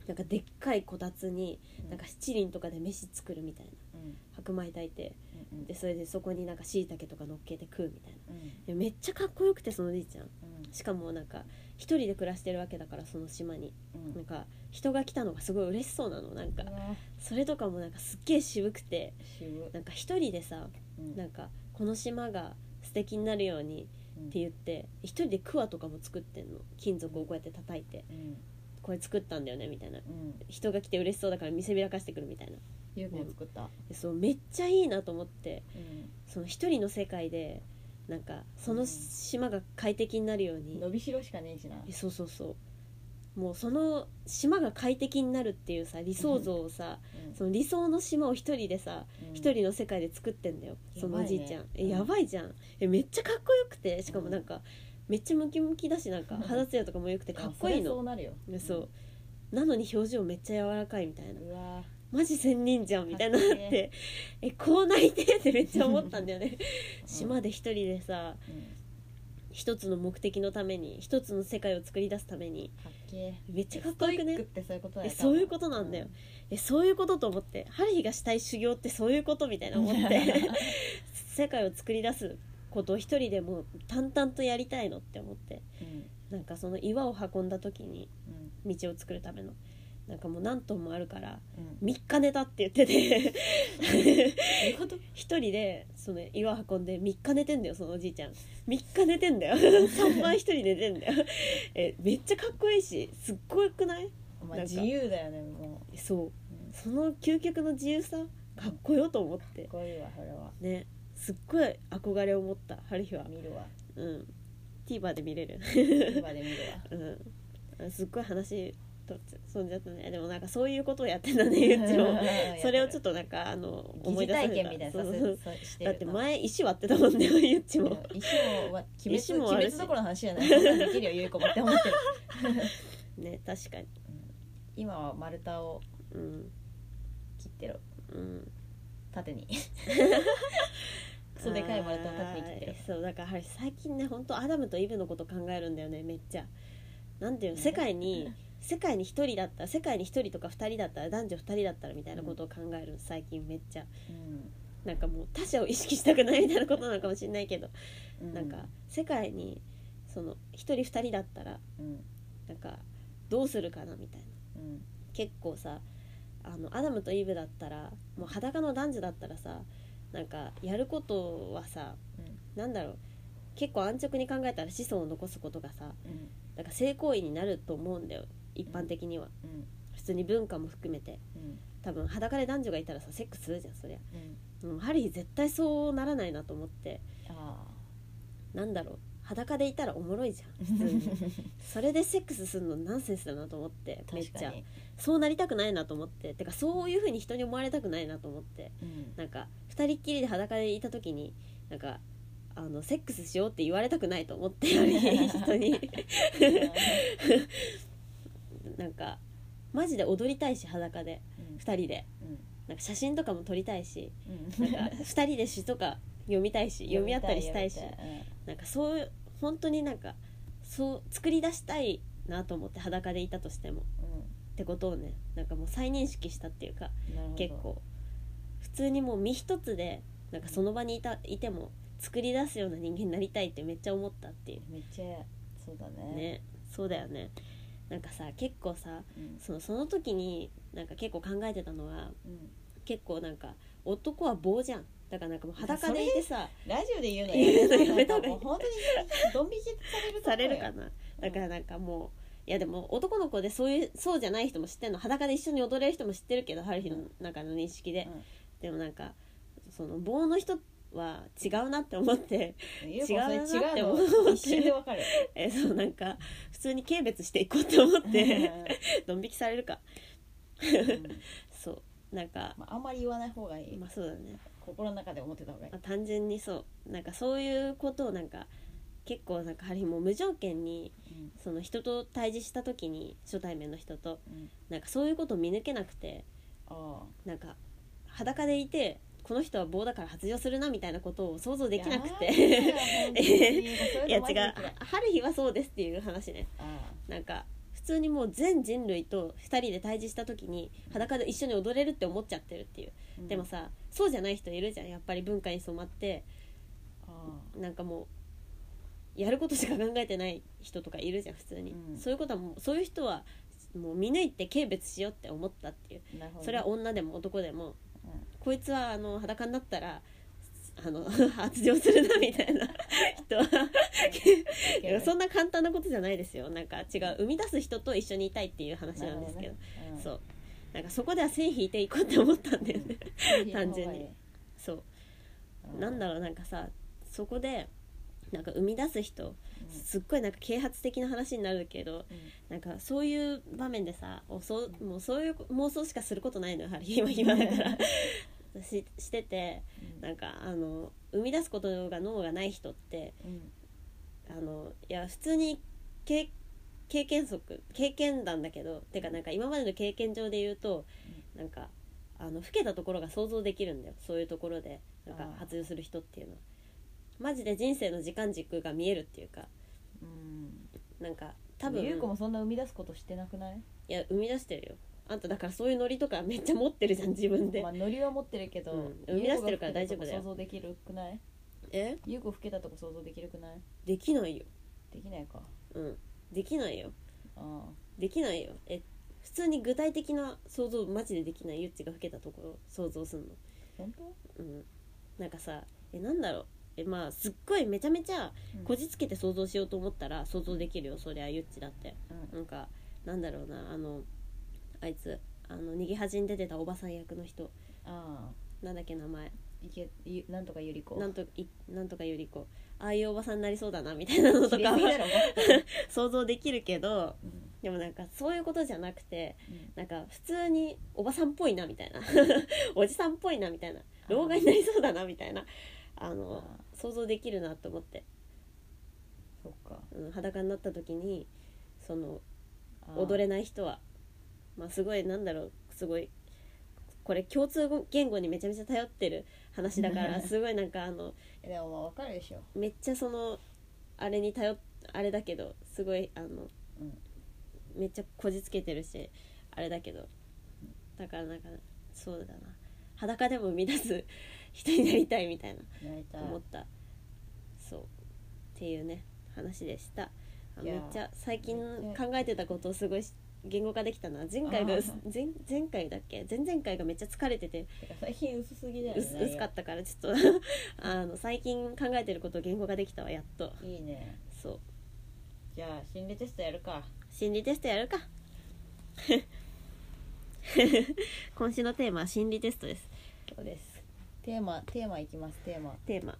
Speaker 2: なんかでっかいこたつに
Speaker 3: うん
Speaker 2: なんか七輪とかで飯作るみたいな
Speaker 3: うん
Speaker 2: 白米炊いて
Speaker 3: うんうん
Speaker 2: でそれでそこになんかしいたけとか乗っけて食うみたいな
Speaker 3: うん
Speaker 2: でめっちゃかっこよくてそのじいちゃん
Speaker 3: うん
Speaker 2: しかもなんか一人で暮らしてるわけだからその島に
Speaker 3: うん
Speaker 2: なんか人が来たのがすごい嬉しそうなのなんか
Speaker 3: うわ
Speaker 2: それとかもなんかすっげえ渋くて
Speaker 3: 渋
Speaker 2: なんか一人でさ
Speaker 3: うん
Speaker 2: なんかこの島が素敵になるようにって言って一人でクワとかも作ってんの金属をこうやって叩いて
Speaker 3: うん
Speaker 2: これ作ったんだよねみたいな
Speaker 3: うん
Speaker 2: 人が来て嬉しそうだから見せびらかしてくるみたいな
Speaker 3: ゆうこ作った
Speaker 2: でそうめっちゃいいなと思って
Speaker 3: うん
Speaker 2: その一人の世界でなんかそうの
Speaker 3: ん
Speaker 2: 島が快適になるように、
Speaker 3: 伸びしろしかねえしな
Speaker 2: えそうそうそうもうその島が快適になるっていうさ理想像をさ、
Speaker 3: うん
Speaker 2: その理想の島を一人でさ
Speaker 3: うん
Speaker 2: 一、人の世界で作ってんだよそのおじいちゃん
Speaker 3: やばいね
Speaker 2: えやばいじゃんえめっちゃかっこよくてしかもなんか、めっちゃムキムキだしなんか
Speaker 3: うん
Speaker 2: 肌ツヤとかもよくてかっこいい
Speaker 3: やそりゃそう
Speaker 2: の
Speaker 3: なるよ
Speaker 2: ねそうなのに表情めっちゃ柔らかいみたいな
Speaker 3: うんうわ
Speaker 2: マジ仙人じゃんみたいなっ
Speaker 3: かっけー
Speaker 2: てえこうなりてえってめっちゃ思ったんだよね
Speaker 3: うん
Speaker 2: 島で一人でさ
Speaker 3: うん
Speaker 2: 一つの目的のために一つの世界を作り出すために
Speaker 3: かっけえ
Speaker 2: めっちゃかっこよ
Speaker 3: ストイ
Speaker 2: く
Speaker 3: ック
Speaker 2: ね
Speaker 3: ってそういうことだよ
Speaker 2: えそういうことなんだよえそういうことと思ってハリーがしたい修行ってそういうことみたいな思って 世界を作り出すことを一人でも淡々とやりたいのって思って
Speaker 3: うんうん
Speaker 2: なんかその岩を運んだ時に
Speaker 3: うん
Speaker 2: 道を作るためのなんかもう何トンもあるから
Speaker 3: うん
Speaker 2: 3日寝たって言ってて
Speaker 3: どういうこと
Speaker 2: 一人でその岩運んで3日寝てんだよそのおじいちゃん3日寝てんだよ3 晩一人寝てんだよえめっちゃかっこいいしすっごくない
Speaker 3: お前
Speaker 2: なんか
Speaker 3: 自由だよねも
Speaker 2: そう
Speaker 3: う、うん、か
Speaker 2: その究極の自由さかっこよと思って
Speaker 3: っこいいわそれは
Speaker 2: ねすっごい憧れを持った春日は
Speaker 3: 見るわ
Speaker 2: うん TVer で見れる
Speaker 3: 今で見るわ
Speaker 2: うんすっごい話とそんじゃったねでもなんかそういうことをやってた ねうちもそれをちょっ
Speaker 3: っ
Speaker 2: となんかあの
Speaker 3: 疑
Speaker 2: 思
Speaker 3: 似
Speaker 2: い出さ
Speaker 3: 体
Speaker 2: れ
Speaker 3: 験
Speaker 2: た
Speaker 3: みたい
Speaker 2: そ
Speaker 3: な
Speaker 2: う
Speaker 3: さ
Speaker 2: そう
Speaker 3: せ
Speaker 2: そう
Speaker 3: そうして
Speaker 2: だ
Speaker 3: る
Speaker 2: って
Speaker 3: と
Speaker 2: 前石割ってたもんね ゆっち
Speaker 3: いや
Speaker 2: も
Speaker 3: 石もは鬼
Speaker 2: 石
Speaker 3: 滅
Speaker 2: も
Speaker 3: 鬼
Speaker 2: あるし
Speaker 3: 滅どころの話じゃ ないそんなのできるよゆい子もって思ってる
Speaker 2: ね確かに
Speaker 3: 今は丸太を
Speaker 2: うん
Speaker 3: 切ってる
Speaker 2: うん
Speaker 3: 縦にクソでかい丸太を縦に切ってる
Speaker 2: あーそうだから春日最近ね本当アダムとイブのこと考えるんだよねめっちゃなんていうの世界に世界に一人だったら世界に一人とか二人だったら男女二人だったらみたいなことを考える最近めっちゃ
Speaker 3: うん
Speaker 2: なんかもう他者を意識したくないみたいなことなのかもしれないけど、
Speaker 3: う
Speaker 2: なんか世界にその一人二人だったら
Speaker 3: うん
Speaker 2: なんかどうするかなみたいな
Speaker 3: うん
Speaker 2: 結構さあのアダムとイブだったらもう裸の男女だったらさなんかやることはさ
Speaker 3: うん
Speaker 2: なんだろう結構安直に考えたら子孫を残すことがさ
Speaker 3: うん
Speaker 2: だから性行為になると思うんだよ一般的には
Speaker 3: うん
Speaker 2: 普通に文化も含めて
Speaker 3: うん
Speaker 2: 多分裸で男女がいたらさセックスするじゃんそりゃ、
Speaker 3: うん
Speaker 2: うん、ハリー絶対そうならないなと思って
Speaker 3: あ
Speaker 2: なんだろう裸でいたらおもろいじゃん
Speaker 3: ー
Speaker 2: 普 通にそれでセックスするのナンセンスだなと思ってめっ
Speaker 3: 確
Speaker 2: ち
Speaker 3: か
Speaker 2: ゃ
Speaker 3: に
Speaker 2: そうなりたくないなと思っててかそういう風に人に思われたくないなと思って
Speaker 3: うん
Speaker 2: なんか2人っきりで裸でいた時になんかあのセックスしようって言われたくないと思って人になんかマジで踊りたいし裸で2人で
Speaker 3: うん
Speaker 2: なんか写真とかも撮りたいし
Speaker 3: うん
Speaker 2: なんか2人で詩とか読み たいし読み合ったりしたいし
Speaker 3: 読みたい
Speaker 2: なんかそういう本当になんかそう作り出したいなと思って裸でいたとしてもってことをねなんかもう再認識したっていうか
Speaker 3: うんなるほど
Speaker 2: 結構普通にもう身一つでなんかその場にいたいても作り出すような人間になりたいってめっちゃ思ったってい
Speaker 3: めっちゃそうだ
Speaker 2: う
Speaker 3: ね
Speaker 2: ねそうだよねなんかさ結構さ
Speaker 3: うん
Speaker 2: そのその時になんか結構考えてたのは
Speaker 3: うん
Speaker 2: 結構なんか男は棒じゃんだからなんかもう裸でいてさ
Speaker 3: ラジオで言うの
Speaker 2: 言うのやめた方がいい
Speaker 3: もう本当にドン引きされると思
Speaker 2: さ
Speaker 3: う
Speaker 2: れ
Speaker 3: よ
Speaker 2: るかなだからなんかもういやでも男の子でそういうそうじゃない人も知ってるの裸で一緒に踊れる人も知ってるけど春日の中の認識で、
Speaker 3: うん
Speaker 2: でもなんかその棒の人は違うなって思って
Speaker 3: ゆうこはそれ
Speaker 2: 違うなって
Speaker 3: 違
Speaker 2: 思う
Speaker 3: うの一瞬でわ かる
Speaker 2: えーそうなんか普通に軽蔑していこうと思って
Speaker 3: う
Speaker 2: ドン引きされるか
Speaker 3: ん
Speaker 2: そうなんか
Speaker 3: まああんまり言わない方がいい
Speaker 2: まあそうだね、
Speaker 3: 心の中で思ってた方がいい
Speaker 2: まあ、単純にそうなんかそういうことをなんか結構なんかハリーも無条件に
Speaker 3: うん
Speaker 2: その人と対峙した時に初対面の人と
Speaker 3: うん
Speaker 2: なんかそういうことを見抜けなくて
Speaker 3: あ
Speaker 2: なんか裸でいてこの人は棒だから発情するなみたいなことを想像
Speaker 3: あ
Speaker 2: できなくて
Speaker 3: いや
Speaker 2: いや違う春日はそうですっていう話ねなんか普通にもう全人類と2人で対峙した時に裸で一緒に踊れるって思っちゃってるっていう、でもさそうじゃない人いるじゃんやっぱり文化に染まってなんかもうやることしか考えてない人とかいるじゃん普通に、
Speaker 3: うん
Speaker 2: そういうことはもうそういう人はもう見抜いて軽蔑しようって思ったっていうそれは
Speaker 3: お
Speaker 2: 女でも男でも、
Speaker 3: うん
Speaker 2: こいつはあの裸になったらあの 発情するなみた いな人は
Speaker 3: け
Speaker 2: そんな簡単なことじゃないですよなんか違う生み出す人と一緒にいたいっていう話なんですけどそううなんかそこでは線引いていこうって思ったんだよね
Speaker 3: ん
Speaker 2: 単純にそうなんだ
Speaker 3: ろ
Speaker 2: ろうなんかさそこでなんか生み出す人すっごいなんか啓発的な話になるけどなんかそういう場面でさおそうもうそういう妄想しかすることないのよやはり今暇だから ししててなんかあの生み出すことが脳がない人ってあのいや普通に経経験則経験談だけどてかなんか今までの経験上で言うとなんかあの老けたところが想像できるんだよそういうところでなんか
Speaker 3: あー
Speaker 2: 発情する人っていうのはマジで人生の時間軸が見えるっていうかなんか多
Speaker 3: 多
Speaker 2: 分
Speaker 3: 分
Speaker 2: い
Speaker 3: ゆうこもそんな生み出すことしてなくない
Speaker 2: や生み出してるよあんただからそういうノリとかめっちゃ持ってるじゃん自分で
Speaker 3: まあノリは持ってるけど、
Speaker 2: うん生み出してるから大丈夫だよ
Speaker 3: ゆうこが老けたとこ想像できるくない
Speaker 2: え
Speaker 3: ゆうこ老けたとこ想像できるくない
Speaker 2: できないよ
Speaker 3: できないか
Speaker 2: うんできないよ
Speaker 3: あ
Speaker 2: できないよえ普通に具体的な想像マジでできないゆっちが老けたところ想像すんの
Speaker 3: あ本当
Speaker 2: うんなんかさえなんだろうえまあすっごいめちゃめちゃ
Speaker 3: うん
Speaker 2: こじつけて想像しようと思ったら想像できるよそりゃゆっちだって
Speaker 3: うん
Speaker 2: なんかなんだろうなあのあいつあの逃げ恥に出てたおばさん役の人
Speaker 3: ああ
Speaker 2: なんだっけ名前
Speaker 3: いけゆなんとかゆりこ
Speaker 2: なんといなんとかゆり子ああいうおばさんになりそうだなみたいなのとかは想像できるけど
Speaker 3: うん
Speaker 2: でもなんかそういうことじゃなくて
Speaker 3: うん
Speaker 2: なんか普通におばさんっぽいなみたいなおじさんっぽいなみたいな老害になりそうだなみたいなあの
Speaker 3: あ
Speaker 2: 想像できるなと思って、
Speaker 3: そっか
Speaker 2: うん、裸になった時にその
Speaker 3: ああ
Speaker 2: 踊れない人はまあすごいなんだろうすごいこれ共通言語にめちゃめちゃ頼ってる話だからすごいなんかあの
Speaker 3: でもまあわかるでしょ
Speaker 2: めっちゃそのあれに頼っあれだけどすごいあの
Speaker 3: うん
Speaker 2: めっちゃこじつけてるしあれだけどだからなんかそうだな裸でも生み出す 人になりたいみたいな
Speaker 3: なりたい
Speaker 2: 思ったそうっていうね話でしたあ
Speaker 3: いや
Speaker 2: めっ
Speaker 3: ー
Speaker 2: ちゃ最近
Speaker 3: めっちゃ
Speaker 2: 考えてたことをすごいし言語化できたな前回が
Speaker 3: あー
Speaker 2: す前前回だっけ前々回がめっちゃ疲れてて
Speaker 3: てか最近薄すぎだよね
Speaker 2: 薄薄かったからちょっと あの最近考えてることを言語化できたわやっと
Speaker 3: いいね
Speaker 2: そう
Speaker 3: じゃあ心理テストやるか
Speaker 2: 心理テストやるか 今週のテーマは心理テストです
Speaker 3: そうですテーマテーマいきますテーマ
Speaker 2: テーマ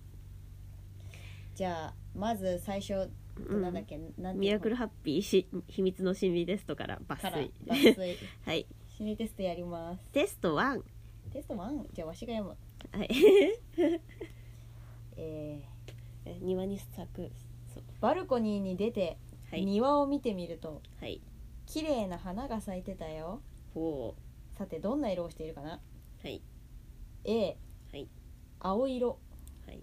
Speaker 3: じゃあまず最初
Speaker 2: うん
Speaker 3: なんだっけ、なん
Speaker 2: 「
Speaker 3: て
Speaker 2: ミ
Speaker 3: いう
Speaker 2: ラ
Speaker 3: の
Speaker 2: クルハッピーし秘密の心理テスト」から抜
Speaker 3: から
Speaker 2: 粋
Speaker 3: 抜粋
Speaker 2: はい
Speaker 3: 心理テストやります
Speaker 2: テスト1
Speaker 3: テスト1じゃあわしが読む
Speaker 2: はい
Speaker 3: え
Speaker 2: え 庭に咲くそう
Speaker 3: ー、バルコニーに出て、
Speaker 2: はい
Speaker 3: 庭を見てみると
Speaker 2: はい
Speaker 3: 綺麗な花が咲いてたよ
Speaker 2: ほ
Speaker 3: さてどんな色をしているかな
Speaker 2: うはい
Speaker 3: A
Speaker 2: はい
Speaker 3: 青色
Speaker 2: はい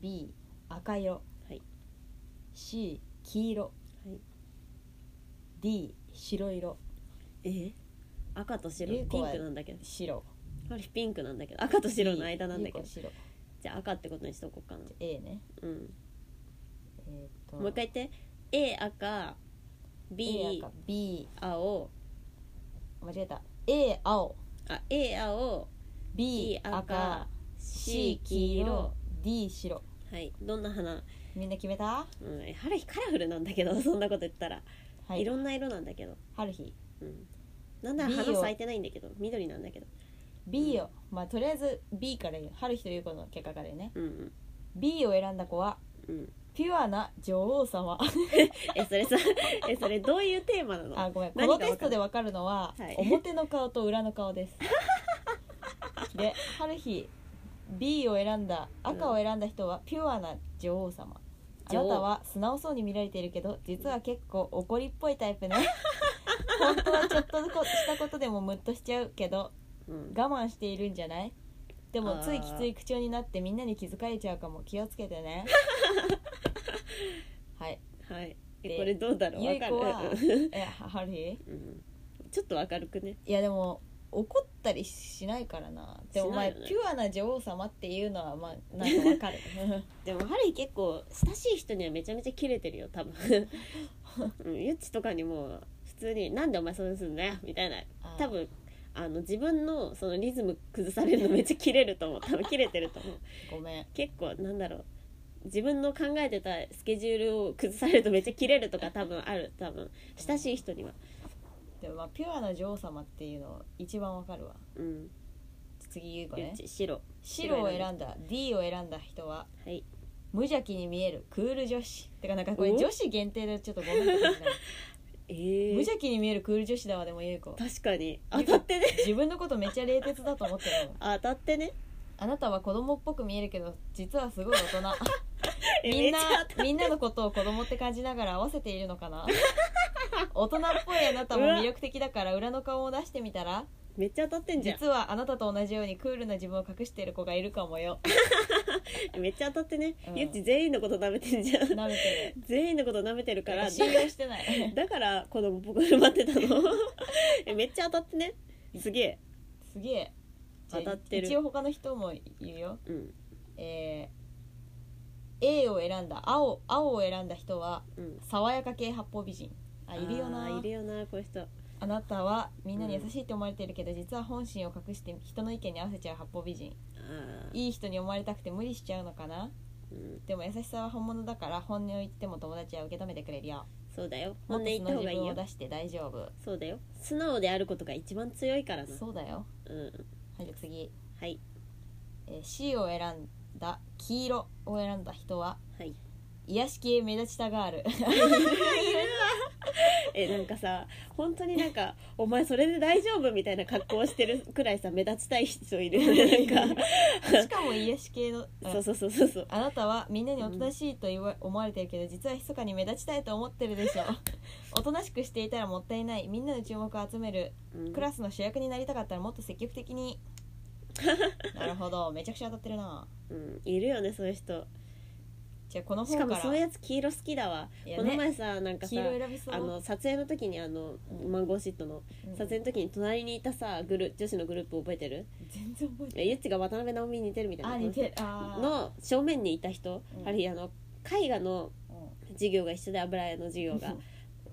Speaker 3: B 赤色、
Speaker 2: はい
Speaker 3: C 黄色、
Speaker 2: はい
Speaker 3: D 白色
Speaker 2: え赤と白
Speaker 3: ゆう
Speaker 2: ピ
Speaker 3: こ
Speaker 2: ン
Speaker 3: は
Speaker 2: クなんだけど
Speaker 3: 白
Speaker 2: あれピンクなんだけど赤と白の間なんだけ
Speaker 3: B ゆう
Speaker 2: ど
Speaker 3: こ白
Speaker 2: じゃあ赤ってことにしとこうかな
Speaker 3: A ね
Speaker 2: うん
Speaker 3: えー、と
Speaker 2: もう一回言って A 赤
Speaker 3: A
Speaker 2: B
Speaker 3: 赤 B
Speaker 2: 青
Speaker 3: 間違えた A 青
Speaker 2: あ A 青
Speaker 3: B
Speaker 2: B
Speaker 3: 赤
Speaker 2: 赤
Speaker 3: C
Speaker 2: C
Speaker 3: 黄
Speaker 2: 黄
Speaker 3: 色
Speaker 2: 色
Speaker 3: D 白
Speaker 2: はいどんな花、
Speaker 3: みんな決めた
Speaker 2: うん、え春日カラフルなんだけど そんなこと言ったら、、
Speaker 3: はいい
Speaker 2: ろんな色なんだけど、
Speaker 3: 春日
Speaker 2: うん、なんなら
Speaker 3: B
Speaker 2: 花
Speaker 3: を
Speaker 2: 咲いてないんだけど緑なんだけど
Speaker 3: B を、まあとりあえず B から言う春日という子の結果から言うね
Speaker 2: うん
Speaker 3: B を選んだ子は
Speaker 2: うんうん
Speaker 3: ピュアな女王様
Speaker 2: えそれさ えそれどういうテーマなの
Speaker 3: あごめんこの
Speaker 2: 何がわかる
Speaker 3: テストでわかるのは、
Speaker 2: はい
Speaker 3: 表の顔と裏の顔です で春日 B を選んだ赤を選んだ人はピュアな女王様あ
Speaker 2: 女
Speaker 3: な
Speaker 2: 王
Speaker 3: たは素直そうに見られているけど実は結構怒りっぽいタイ プね本当はちょっとこしたことでもムッとしちゃうけど
Speaker 2: うん、
Speaker 3: 我慢しているんじゃないでも
Speaker 2: あー
Speaker 3: ついきつい口調になってみんなに気づかれちゃうかも気をつけて ねはい
Speaker 2: はいえ
Speaker 3: で
Speaker 2: これどうだろう
Speaker 3: ゆ
Speaker 2: わ
Speaker 3: い
Speaker 2: か
Speaker 3: こは
Speaker 2: る、
Speaker 3: えはハリ
Speaker 2: うん、ちょっと明るくね
Speaker 3: ーいやでも怒ったりしないからなでも
Speaker 2: し
Speaker 3: ま
Speaker 2: な
Speaker 3: あ
Speaker 2: いよね
Speaker 3: ピュアな女王様っていうのはまあなんかわ かる
Speaker 2: でもハリー結構親しい人にはめちゃめちゃキレてるよ多 分、うん、ゆっちとかにも普通に「なんでお前それすんだよ」みたいな
Speaker 3: あー
Speaker 2: 多分あの自分のそのリズム崩されるのめっちゃキレる と思う多分キレてると思う
Speaker 3: ごめん
Speaker 2: 結構なんだろう自分の考えてたスケジュールを崩されるとめっちゃキレるとか多分ある多分親しい人には
Speaker 3: でもまあピュアな女王様っていうの一番わかるわ
Speaker 2: うん
Speaker 3: 次ゆいこ
Speaker 2: ゆ
Speaker 3: ね
Speaker 2: っち白
Speaker 3: 白を選んだ D を選んだ人は
Speaker 2: はい
Speaker 3: 無邪気に見えるクール女子てかなんかこれ女子限定でちょっとごめんなさい無
Speaker 2: ええ
Speaker 3: 邪気に見えるクール女子だわでもゆい子
Speaker 2: 確かに当たってね
Speaker 3: 自分のことめっちゃ冷徹だと思ってるの
Speaker 2: 当たってね
Speaker 3: あなたは子供っぽく見えるけど実はすごい大人
Speaker 2: え
Speaker 3: みんな
Speaker 2: めっちゃ当たっ
Speaker 3: みんなのことを子供って感じながら合わせているのか な大人っぽいあなたも魅力的だから裏の顔を出してみたら
Speaker 2: めっちゃ当たってんじゃ
Speaker 3: 実はあなたと同じようにクールな自分を隠している子がいるかもよ
Speaker 2: んめっちゃ当たってね、
Speaker 3: うん
Speaker 2: ゆっち全員のこと舐めてんじゃん
Speaker 3: なめて
Speaker 2: 全員のこと舐めてるか
Speaker 3: る
Speaker 2: ら
Speaker 3: 信用してない
Speaker 2: だから子供僕が待ってたの えめっちゃ当たってねすげえ
Speaker 3: すげえじゃあ
Speaker 2: 当たってる
Speaker 3: 一応他の人も言うよ
Speaker 2: うん
Speaker 3: えー A を選んだ青青を選んだ人は
Speaker 2: うん
Speaker 3: 爽やか系八方美人あいるよな
Speaker 2: あーいるよなこういう人
Speaker 3: あなたはみんなに優しいって思われてるけど、実は本心を隠して人の意見に合わせちゃう八方美人
Speaker 2: あー
Speaker 3: いい人に思われたくて無理しちゃうのかな
Speaker 2: うん
Speaker 3: でも優しさは本物だから本音を言っても友達は受け止めてくれるよ
Speaker 2: そうだよ
Speaker 3: も
Speaker 2: 本
Speaker 3: っ
Speaker 2: 音
Speaker 3: と素の
Speaker 2: 言った方
Speaker 3: 自
Speaker 2: がいい
Speaker 3: 分を
Speaker 2: よ
Speaker 3: 出して大丈夫
Speaker 2: そうだよ素直であることが一番強いからな
Speaker 3: そうだよ
Speaker 2: うん
Speaker 3: はいじゃあ次、
Speaker 2: はい
Speaker 3: えー C を選んだ黄色を選んだ人は
Speaker 2: はい
Speaker 3: 癒し系目立ちたがあ る
Speaker 2: えなんかさ本当になんか 「お前それで大丈夫?」みたいな格好をしてるくらいさ目立ちたい人いるよねなんか
Speaker 3: しかも癒し系のあ
Speaker 2: そうそうそうそうそう
Speaker 3: あなたはみんなにおとなしいと言わ思われてるけど実は密かに目立ちたいと思ってるでしょおとなしくしていたらもったいないみんなの注目を集める
Speaker 2: うん
Speaker 3: クラスの主役になりたかったらもっと積極的 になるほどめちゃくちゃ当たってるな
Speaker 2: うんいるよねそういう人
Speaker 3: じゃあこの
Speaker 2: し
Speaker 3: 本
Speaker 2: か
Speaker 3: か
Speaker 2: も
Speaker 3: ら
Speaker 2: そういうやつ黄色好きだわ
Speaker 3: いや
Speaker 2: こ
Speaker 3: ね
Speaker 2: の前さなんかさ
Speaker 3: 黄色選びそう
Speaker 2: あの撮影の時にあの
Speaker 3: うん
Speaker 2: マンゴーシットの
Speaker 3: うん
Speaker 2: 撮影の時に隣にいたさグル女子のグループ覚えてる
Speaker 3: 全然覚えて
Speaker 2: えゆっちが渡辺直美に似てるみたい
Speaker 3: ない
Speaker 2: な
Speaker 3: あ似てるあー、
Speaker 2: の正面にいた人、
Speaker 3: うん
Speaker 2: あれあの絵画の
Speaker 3: う
Speaker 2: 授業が一緒で油絵の授業
Speaker 3: ん、
Speaker 2: が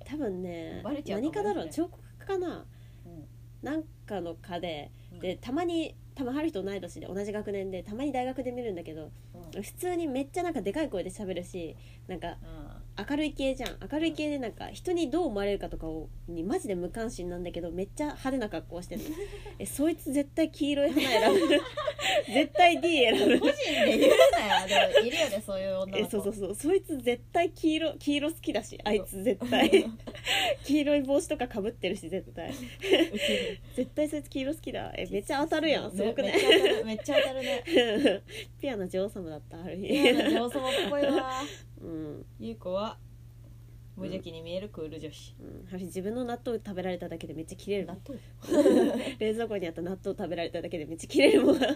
Speaker 2: 多分ね
Speaker 3: バレちゃうか
Speaker 2: 何
Speaker 3: も
Speaker 2: かだろう
Speaker 3: ね
Speaker 2: 彫刻家かな
Speaker 3: うん
Speaker 2: なんかの科で
Speaker 3: うん
Speaker 2: でたまにたま春人同い年で同じ学年でたまに大学で見るんだけど
Speaker 3: うん
Speaker 2: 普通にめっちゃなんかでかい声で喋るしなんか
Speaker 3: あ
Speaker 2: 明るい系じゃん明るい系でなんか人にどう思われるかとかをにマジで無関心なんだけどめっちゃ派手な格好をして るえそいつ絶対黄色い花選ぶ絶対 D 選
Speaker 3: ー
Speaker 2: ぶ
Speaker 3: 個人で言うなよでもいるよねそういう女
Speaker 2: え
Speaker 3: の子
Speaker 2: そうそうそうそいつ絶対黄色黄色好きだしあいつ 絶対黄色い帽子とかかぶってるし絶対絶対そいつ黄色好きだえめっちゃ当たるやんすごく
Speaker 3: ね
Speaker 2: ね
Speaker 3: めっちゃ当たるめっちゃ当たるね
Speaker 2: ピアノ女王様だったある
Speaker 3: い
Speaker 2: 日
Speaker 3: や女王様っぽいわ
Speaker 2: うん
Speaker 3: ゆう子は無邪気に見えるクール女子、
Speaker 2: うん、あれ自分の納豆食べられただけでめっちゃ切れるも
Speaker 3: 納
Speaker 2: ん
Speaker 3: 豆
Speaker 2: 冷蔵庫にあった納豆食べられただけでめっちゃ切れるもん
Speaker 3: ま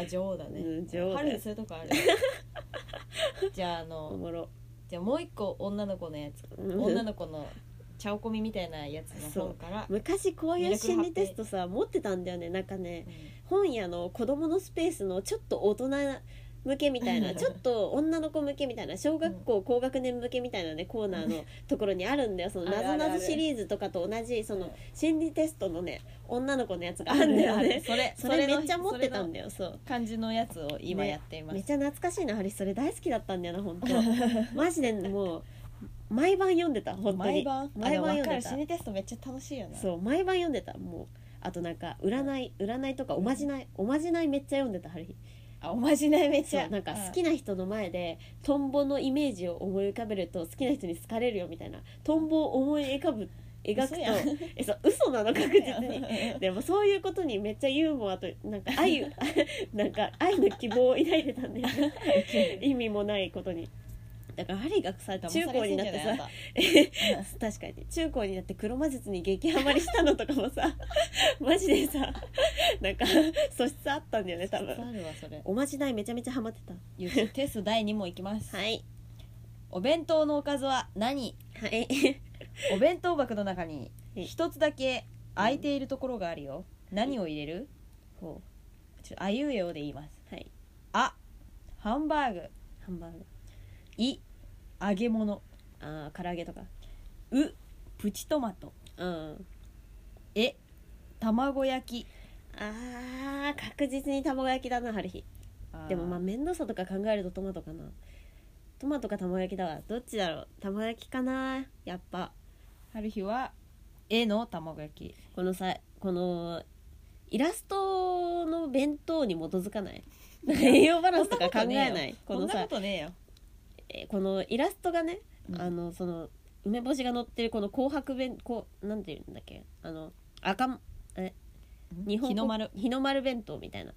Speaker 3: あ女王だね、
Speaker 2: うん女王だよ
Speaker 3: 春にそういうとこある じゃああ
Speaker 2: お
Speaker 3: の
Speaker 2: もろ、
Speaker 3: じゃあもう一個女の子のやつ
Speaker 2: うん
Speaker 3: 女の子のチャオコミみたいなやつの本から、
Speaker 2: 昔こういう心理テストさ持ってたんだよねなんかね
Speaker 3: うん
Speaker 2: 本屋の子供のスペースのちょっと大人向けみたいなちょっと女の子向けみたいな小学校高学年向けみたいなねコーナーのところにあるんだよその
Speaker 3: あるあ
Speaker 2: な
Speaker 3: る
Speaker 2: ぞな
Speaker 3: あ
Speaker 2: ぞ
Speaker 3: る
Speaker 2: シリーズとかと同じその心理テストのね女の子のやつがあ
Speaker 3: あ
Speaker 2: るん
Speaker 3: る
Speaker 2: だよ
Speaker 3: ある
Speaker 2: ね
Speaker 3: それ
Speaker 2: それめ
Speaker 3: の
Speaker 2: っちゃ持ってたんだ
Speaker 3: よ
Speaker 2: よそう
Speaker 3: 感じのやつを今やっています、
Speaker 2: めっちゃ懐かしいなハリスそれ大好きだったんだよな 本 当マジでもう毎晩読んでた本当
Speaker 3: 毎
Speaker 2: に
Speaker 3: 晩あ
Speaker 2: 毎晩
Speaker 3: でも分
Speaker 2: 読
Speaker 3: か
Speaker 2: ん
Speaker 3: る
Speaker 2: でた
Speaker 3: 心理テストめっちゃ楽しいよな
Speaker 2: そう毎晩読んでたもうあとなんか占い占いとかおまじない、おまじないめっちゃ読んでた春日
Speaker 3: あおまじないめっち
Speaker 2: そ
Speaker 3: ゃ
Speaker 2: うなんか好きな人の前でトンボのイメージを思い浮かべると好きな人に好かれるよみたいなトンボを思い浮かぶ描くと
Speaker 3: 嘘やん
Speaker 2: えそう嘘なの確 実に
Speaker 3: に
Speaker 2: でもそういうことにめっちゃユーモアとなんか 愛をなんか愛の希望を抱いてたんだよ ね意味もないことにだからハリーがさ中高になってさ 確かに中高になって黒魔術に激ハマりしたのとかもさ マジでさなんか素質あったんだよね多分
Speaker 3: あるわ それ
Speaker 2: おまじないめちゃめちゃハマってた
Speaker 3: よしテスト第2問いきます、
Speaker 2: はい
Speaker 3: お弁当のおかずは何
Speaker 2: はい
Speaker 3: お弁当箱の中に
Speaker 2: うん
Speaker 3: 一つだけ空いているところがあるよ、何を入れる
Speaker 2: ほ
Speaker 3: ちょあいうえおで言います
Speaker 2: う はい
Speaker 3: あハンバーグ
Speaker 2: ハンバーグ
Speaker 3: い揚げ物
Speaker 2: あー唐揚げとか
Speaker 3: うプチトマト
Speaker 2: うん
Speaker 3: え卵焼き
Speaker 2: あー確実に卵焼きだな春日でもまあ
Speaker 3: あ
Speaker 2: 面倒さとか考えるとトマトかなトマトか卵焼きだわどっちだろう卵焼きかなやっぱ
Speaker 3: ー春日は絵の卵焼き
Speaker 2: このさこのイラストの弁当に基づかないなんか 栄養バランスとか考えない
Speaker 3: こ
Speaker 2: こ
Speaker 3: ん
Speaker 2: の
Speaker 3: なこ
Speaker 2: さ
Speaker 3: とねえよ
Speaker 2: えーこのイラストがね、
Speaker 3: うん
Speaker 2: あのその梅干しが載ってるこの紅白弁こうなんていうんだっけあの赤んえ日本
Speaker 3: 日の丸
Speaker 2: 日の丸弁当みたいな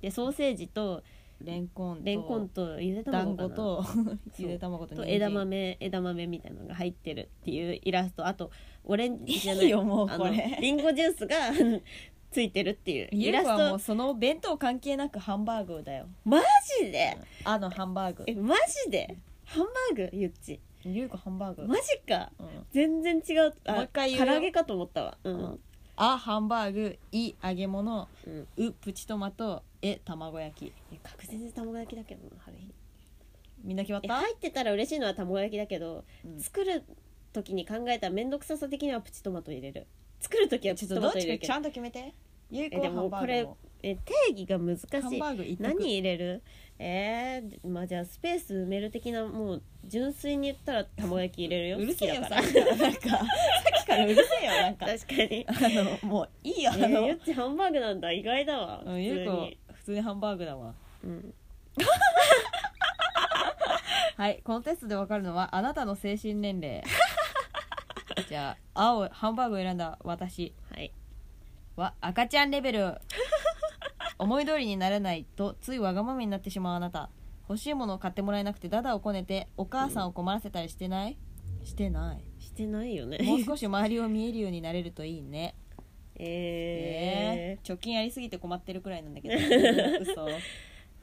Speaker 2: でソーセージと
Speaker 3: レンコンと
Speaker 2: レンコンとゆで
Speaker 3: 団
Speaker 2: 卵か
Speaker 3: 子
Speaker 2: な
Speaker 3: と
Speaker 2: そう
Speaker 3: ゆで卵と
Speaker 2: と
Speaker 3: 人参
Speaker 2: 枝豆枝豆みたいなのが入ってるっていうイラストあとオレンジじゃない
Speaker 3: いいよもう
Speaker 2: あ
Speaker 3: こ
Speaker 2: の
Speaker 3: れ
Speaker 2: リンゴジュースが ついてるっていうイ
Speaker 3: ゆ
Speaker 2: ラ
Speaker 3: る
Speaker 2: ス
Speaker 3: くはも
Speaker 2: ト
Speaker 3: うその弁当関係なくハンバーグだよ
Speaker 2: マジで
Speaker 3: あのハンバーグ
Speaker 2: えマジでハンバーグゆっち
Speaker 3: ゆうこハンバーグ、
Speaker 2: マジか
Speaker 3: うん
Speaker 2: 全然違うあ
Speaker 3: もう一回言う
Speaker 2: 唐
Speaker 3: よ
Speaker 2: 揚げかと思ったわうん、
Speaker 3: うんあハンバーグい揚げ物
Speaker 2: うん
Speaker 3: うプチトマトえ卵焼き
Speaker 2: え確実に卵焼きだけどな春日
Speaker 3: みんな決まっ
Speaker 2: え
Speaker 3: た、
Speaker 2: 入ってたら嬉しいのは卵焼きだけど、
Speaker 3: うん
Speaker 2: 作る時に考えたら面倒くささ的にはプチトマト入れる作る時はプ
Speaker 3: ちょ
Speaker 2: チ
Speaker 3: っと
Speaker 2: ト
Speaker 3: ど
Speaker 2: マ
Speaker 3: っ
Speaker 2: ト入れ
Speaker 3: ちか
Speaker 2: るけ
Speaker 3: ち
Speaker 2: ど
Speaker 3: ゃんと決めてゆう
Speaker 2: え
Speaker 3: こ
Speaker 2: で
Speaker 3: ハン
Speaker 2: も
Speaker 3: バ
Speaker 2: こ
Speaker 3: ー
Speaker 2: れ
Speaker 3: グも
Speaker 2: え定義が難
Speaker 3: ハ
Speaker 2: し
Speaker 3: ン
Speaker 2: い
Speaker 3: バーグ一択
Speaker 2: 何入れるえー、まあじゃあスペース埋める的なもう純粋に言ったら卵焼き入れる よ
Speaker 3: うるせえよ
Speaker 2: 好
Speaker 3: さ
Speaker 2: き
Speaker 3: っ
Speaker 2: だから
Speaker 3: きからなんかさ っきからうるせえよなんか
Speaker 2: 確かに
Speaker 3: あのもういいよ あ
Speaker 2: えー、ゆっ
Speaker 3: の、
Speaker 2: ちハンバーグなんだ意外だわ普
Speaker 3: う
Speaker 2: 通
Speaker 3: んゆうこ
Speaker 2: に、
Speaker 3: 普通にハンバーグだわ
Speaker 2: うん、
Speaker 3: はいこのテストでわかるのはあなたの精神年 齢じゃあ青ハンバーグを選んだ私
Speaker 2: はい
Speaker 3: は赤ちゃんレベル 思い通りにならないとついわがままになってしまうあなた欲しいものを買ってもらえなくてダダをこねてお母さんを困らせたりしてない、してない
Speaker 2: してないよね
Speaker 3: もう少し周りを見えるようになれるといいね
Speaker 2: え
Speaker 3: え
Speaker 2: ー、
Speaker 3: ー、貯金やりすぎて困ってるくらいなんだ けど嘘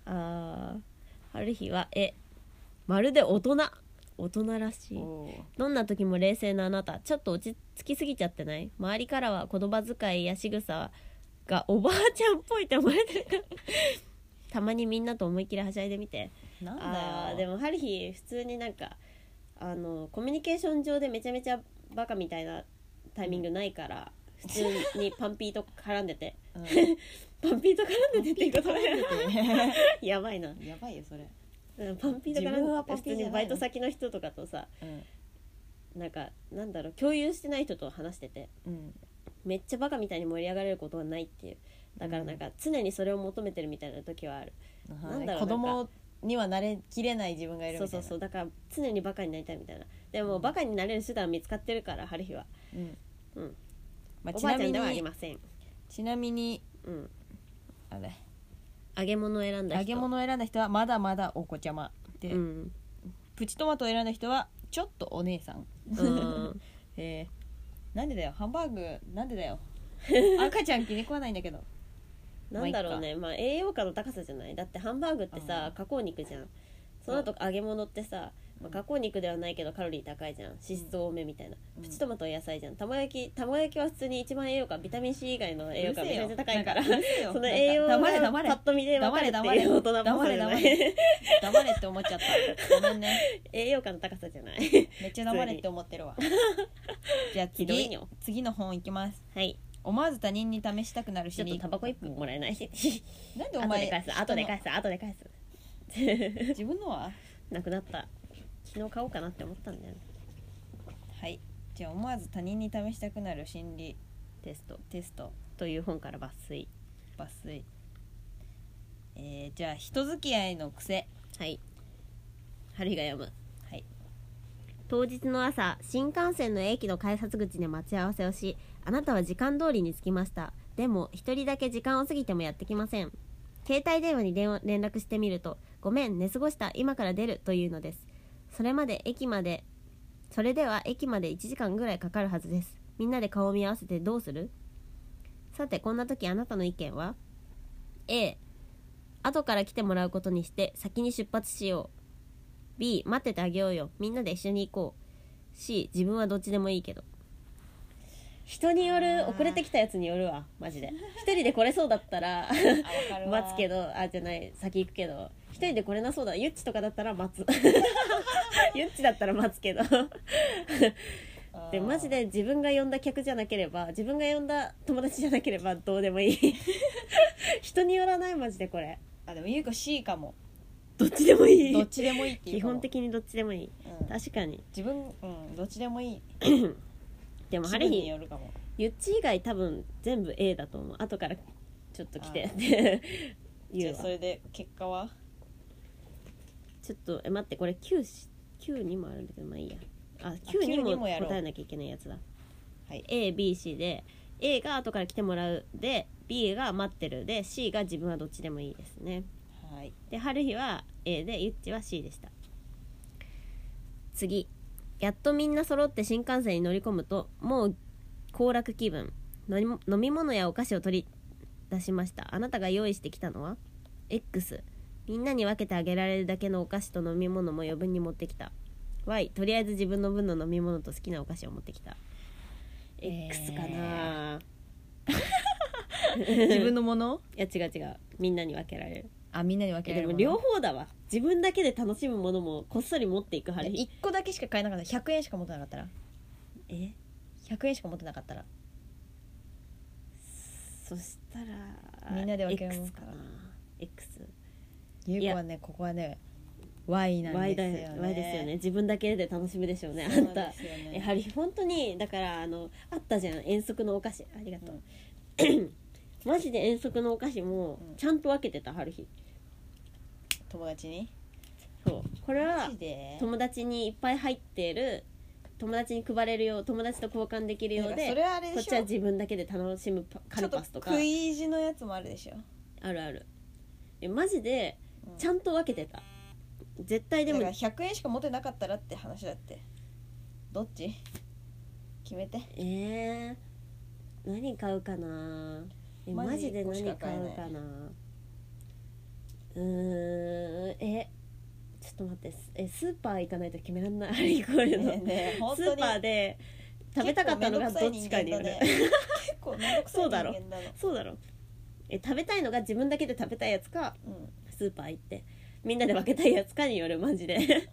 Speaker 2: あーある日はえまるで大人大人らしい
Speaker 3: おー
Speaker 2: どんな時も冷静なあなたちょっと落ち着きすぎちゃってない周りからは言葉遣いや仕草がおばあちゃんっぽいって思われてるから たまにみんなと思いっきりはしゃいでみて
Speaker 3: なんだよ
Speaker 2: あーでもハルヒ普通になんかあのコミュニケーション上でめちゃめちゃバカみたいなタイミングないから、普通にパンピーと絡んでて
Speaker 3: うん
Speaker 2: パンピーと絡んでてっていうこと
Speaker 3: 見て
Speaker 2: やばいな
Speaker 3: てやばいよそれ、
Speaker 2: うんパンピーだから
Speaker 3: 自分はパンピー
Speaker 2: 普
Speaker 3: じ
Speaker 2: 通
Speaker 3: ゃ
Speaker 2: に
Speaker 3: な
Speaker 2: バ
Speaker 3: いの
Speaker 2: イト先の人とかとさ
Speaker 3: うん
Speaker 2: なんかなんだろう共有してない人と話してて
Speaker 3: うん、
Speaker 2: めっちゃバカみたいに盛り上がれることはないっていうだからなんか常にそれを求めてるみたいな時はある、なんだろう
Speaker 3: 子供にはなれきれない自分がいる
Speaker 2: そう
Speaker 3: みたいう
Speaker 2: そ
Speaker 3: な
Speaker 2: そうだから常にバカになりたいみたいなでも、
Speaker 3: うん
Speaker 2: バカになれる手段は見つかってるから春日は、
Speaker 3: うん
Speaker 2: うん
Speaker 3: まあ、
Speaker 2: お
Speaker 3: ち
Speaker 2: ばあ
Speaker 3: な
Speaker 2: ちゃ
Speaker 3: み
Speaker 2: んではあり
Speaker 3: に
Speaker 2: ません、
Speaker 3: ちなみに
Speaker 2: うん、
Speaker 3: あれ
Speaker 2: 揚げ物を選んだ人
Speaker 3: 揚げ物を選んだ人はまだまだお子ちゃまで、
Speaker 2: うん、
Speaker 3: プチトマトを選んだ人はちょっとお姉さん
Speaker 2: うん、
Speaker 3: えー、なんでだよハンバーグなんでだ よ赤ちゃん気に食わないんだけど
Speaker 2: なんだろうねまあ栄養価の高さじゃないだってハンバーグってさ
Speaker 3: うん
Speaker 2: 加工肉じゃんその後揚げ物ってさ、まあ、加工肉ではないけどカロリー高いじゃん脂質多めみたいな、
Speaker 3: うん
Speaker 2: プチトマトは野菜じゃん卵焼き卵焼きは普通に一番栄養価ビタミン C 以外の栄養価
Speaker 3: うるせ
Speaker 2: めち
Speaker 3: え
Speaker 2: ゃ
Speaker 3: よ
Speaker 2: めちゃ高いから
Speaker 3: なんうるせえよ
Speaker 2: その栄養
Speaker 3: な
Speaker 2: が
Speaker 3: んか黙れ黙れ
Speaker 2: パッと見で分かるっていう大人っぽ
Speaker 3: 黙
Speaker 2: さ
Speaker 3: れ
Speaker 2: じゃ
Speaker 3: 黙れ
Speaker 2: ない
Speaker 3: 黙れって思っちゃったごめん ね
Speaker 2: 栄養価の高さじゃない
Speaker 3: めっちゃ黙れって思ってるわじゃあ
Speaker 2: ひどい
Speaker 3: 次
Speaker 2: よ
Speaker 3: 次の本いきます
Speaker 2: はい
Speaker 3: 思わず他人に試したくなる
Speaker 2: ちょ
Speaker 3: 心
Speaker 2: っ
Speaker 3: 理
Speaker 2: とタバコ一本もらえないし
Speaker 3: なんで お
Speaker 2: 後で返
Speaker 3: 前
Speaker 2: す後で返す後で返す
Speaker 3: 自分のは
Speaker 2: なくなった昨日買おうかなって思ったんだよね
Speaker 3: はいじゃあ思わず他人に試したくなる心理
Speaker 2: テスト
Speaker 3: テスト
Speaker 2: という本から抜粋
Speaker 3: 抜粋えー、じゃあ人付き合いの癖
Speaker 2: はい春日が読む
Speaker 3: はい
Speaker 2: 当日の朝新幹線の駅の改札口で待ち合わせをしあなたは時間通りに着きましたでも一人だけ時間を過ぎてもやってきません携帯電話に電話連絡してみると「ごめん寝過ごした今から出る」というのですそれまで駅までそれでは駅まで1時間ぐらいかかるはずですみんなで顔を見合わせてどうするさてこんな時あなたの意見は A 後から来てもらうことにして先に出発しよう B 待っててあげようよみんなで一緒に行こう C 自分はどっちでもいいけど人による
Speaker 3: あー
Speaker 2: 遅れてきたやつによるわマジで一人で来れそうだったら
Speaker 3: あわかるわ
Speaker 2: 待つけどあじゃない先行くけど一人で来れなそうだユッチとかだったら待 つユッチだったら待つけど
Speaker 3: あー
Speaker 2: でマジで自分が呼んだ客じゃなければ自分が呼んだ友達じゃなければどうでもいい人によらないマジでこれ
Speaker 3: あでもゆうこ C かも
Speaker 2: どっちでもい
Speaker 3: どっ
Speaker 2: い
Speaker 3: ちでもいいっていう
Speaker 2: 基
Speaker 3: かも
Speaker 2: 本、的にどっちでもいい
Speaker 3: うん、
Speaker 2: 確かに
Speaker 3: 自分うんどっちでもいい
Speaker 2: でも
Speaker 3: 気分
Speaker 2: ハリ
Speaker 3: に
Speaker 2: ヒ
Speaker 3: よるかも
Speaker 2: ゆっち以外多分全部 A だと思う後からちょっと来て
Speaker 3: じ
Speaker 2: 言
Speaker 3: ゃ
Speaker 2: う
Speaker 3: あ
Speaker 2: わ
Speaker 3: それで結果は
Speaker 2: ちょっとえ待ってこれ9し9にもあるんだけどまあいいやあ9
Speaker 3: 9
Speaker 2: にも
Speaker 3: にもやろう
Speaker 2: 答えなきゃいけないやつだ
Speaker 3: はい
Speaker 2: ABC で A が後から来てもらうで B が待ってるで C が自分はどっちでもいいですね
Speaker 3: はい
Speaker 2: で春日は A でゆっちは C でした次やっとみんな揃って新幹線に乗り込むともう行楽気分のりも飲み物やお菓子を取り出しましたあなたが用意してきたのは X みんなに分けてあげられるだけのお菓子と飲み物も余分に持ってきた Y とりあえず自分の分の飲み物と好きなお菓子を持ってきた
Speaker 3: えー
Speaker 2: X かな、
Speaker 3: 自分のもの
Speaker 2: いや違う違うみんなに分けられる
Speaker 3: あみんなに分け
Speaker 2: え
Speaker 3: られ
Speaker 2: で
Speaker 3: る
Speaker 2: も
Speaker 3: もの
Speaker 2: 両方だわ自分だけで楽しむものもこっそり持っていく春日
Speaker 3: 1個だけしか買えなかった100円しか持ってなかったら
Speaker 2: え
Speaker 3: 100円しか持ってなかったら
Speaker 2: そしたら
Speaker 3: みんなで分けよう
Speaker 2: X かな X
Speaker 3: ゆう子はねここはね Y なん
Speaker 2: Y
Speaker 3: で
Speaker 2: だ
Speaker 3: すよね
Speaker 2: Y ですよね自分だけで楽しむでしょうねあ
Speaker 3: そうんですよね
Speaker 2: たやはり本当にだからあのあったじゃん遠足のお菓子ありがとう、 マジで遠足のお菓子も
Speaker 3: うん
Speaker 2: ちゃんと分けてた春日
Speaker 3: 友達に
Speaker 2: そうこれは
Speaker 3: マジで
Speaker 2: 友達にいっぱい入ってる友達に配れるよう友達と交換できるよ
Speaker 3: な
Speaker 2: うん
Speaker 3: か
Speaker 2: で
Speaker 3: それはあれ
Speaker 2: こ
Speaker 3: で
Speaker 2: っ
Speaker 3: し
Speaker 2: ちは
Speaker 3: ょ
Speaker 2: 自分だけで楽しむパカ
Speaker 3: ちょ
Speaker 2: ル
Speaker 3: っと
Speaker 2: パスとか
Speaker 3: 食い意地のやつもあるでしょ
Speaker 2: あるあるえマジで
Speaker 3: うん
Speaker 2: ちゃんと分けてた絶対で
Speaker 3: だ
Speaker 2: も
Speaker 3: から100円しか持ってなかったらって話だってどっち決めて
Speaker 2: えー、何買うかなえマ
Speaker 3: マジ
Speaker 2: ジで
Speaker 3: 一個し
Speaker 2: 何
Speaker 3: か
Speaker 2: 買
Speaker 3: 買えな
Speaker 2: う
Speaker 3: い
Speaker 2: かなうーんえちょっと待ってすえスーパー行かないと決めら んないこういうの、
Speaker 3: ねえねえ本
Speaker 2: ス
Speaker 3: 当
Speaker 2: ー
Speaker 3: に
Speaker 2: パーで食べたかったのがどっちかによる、
Speaker 3: 結 構めんどくさい人間だね結構めんどくさい人間なの
Speaker 2: そうだろえ食べたいのが自分だけで食べたいやつか
Speaker 3: うん
Speaker 2: スーパー行ってみんなで分けたいやつかによるマジで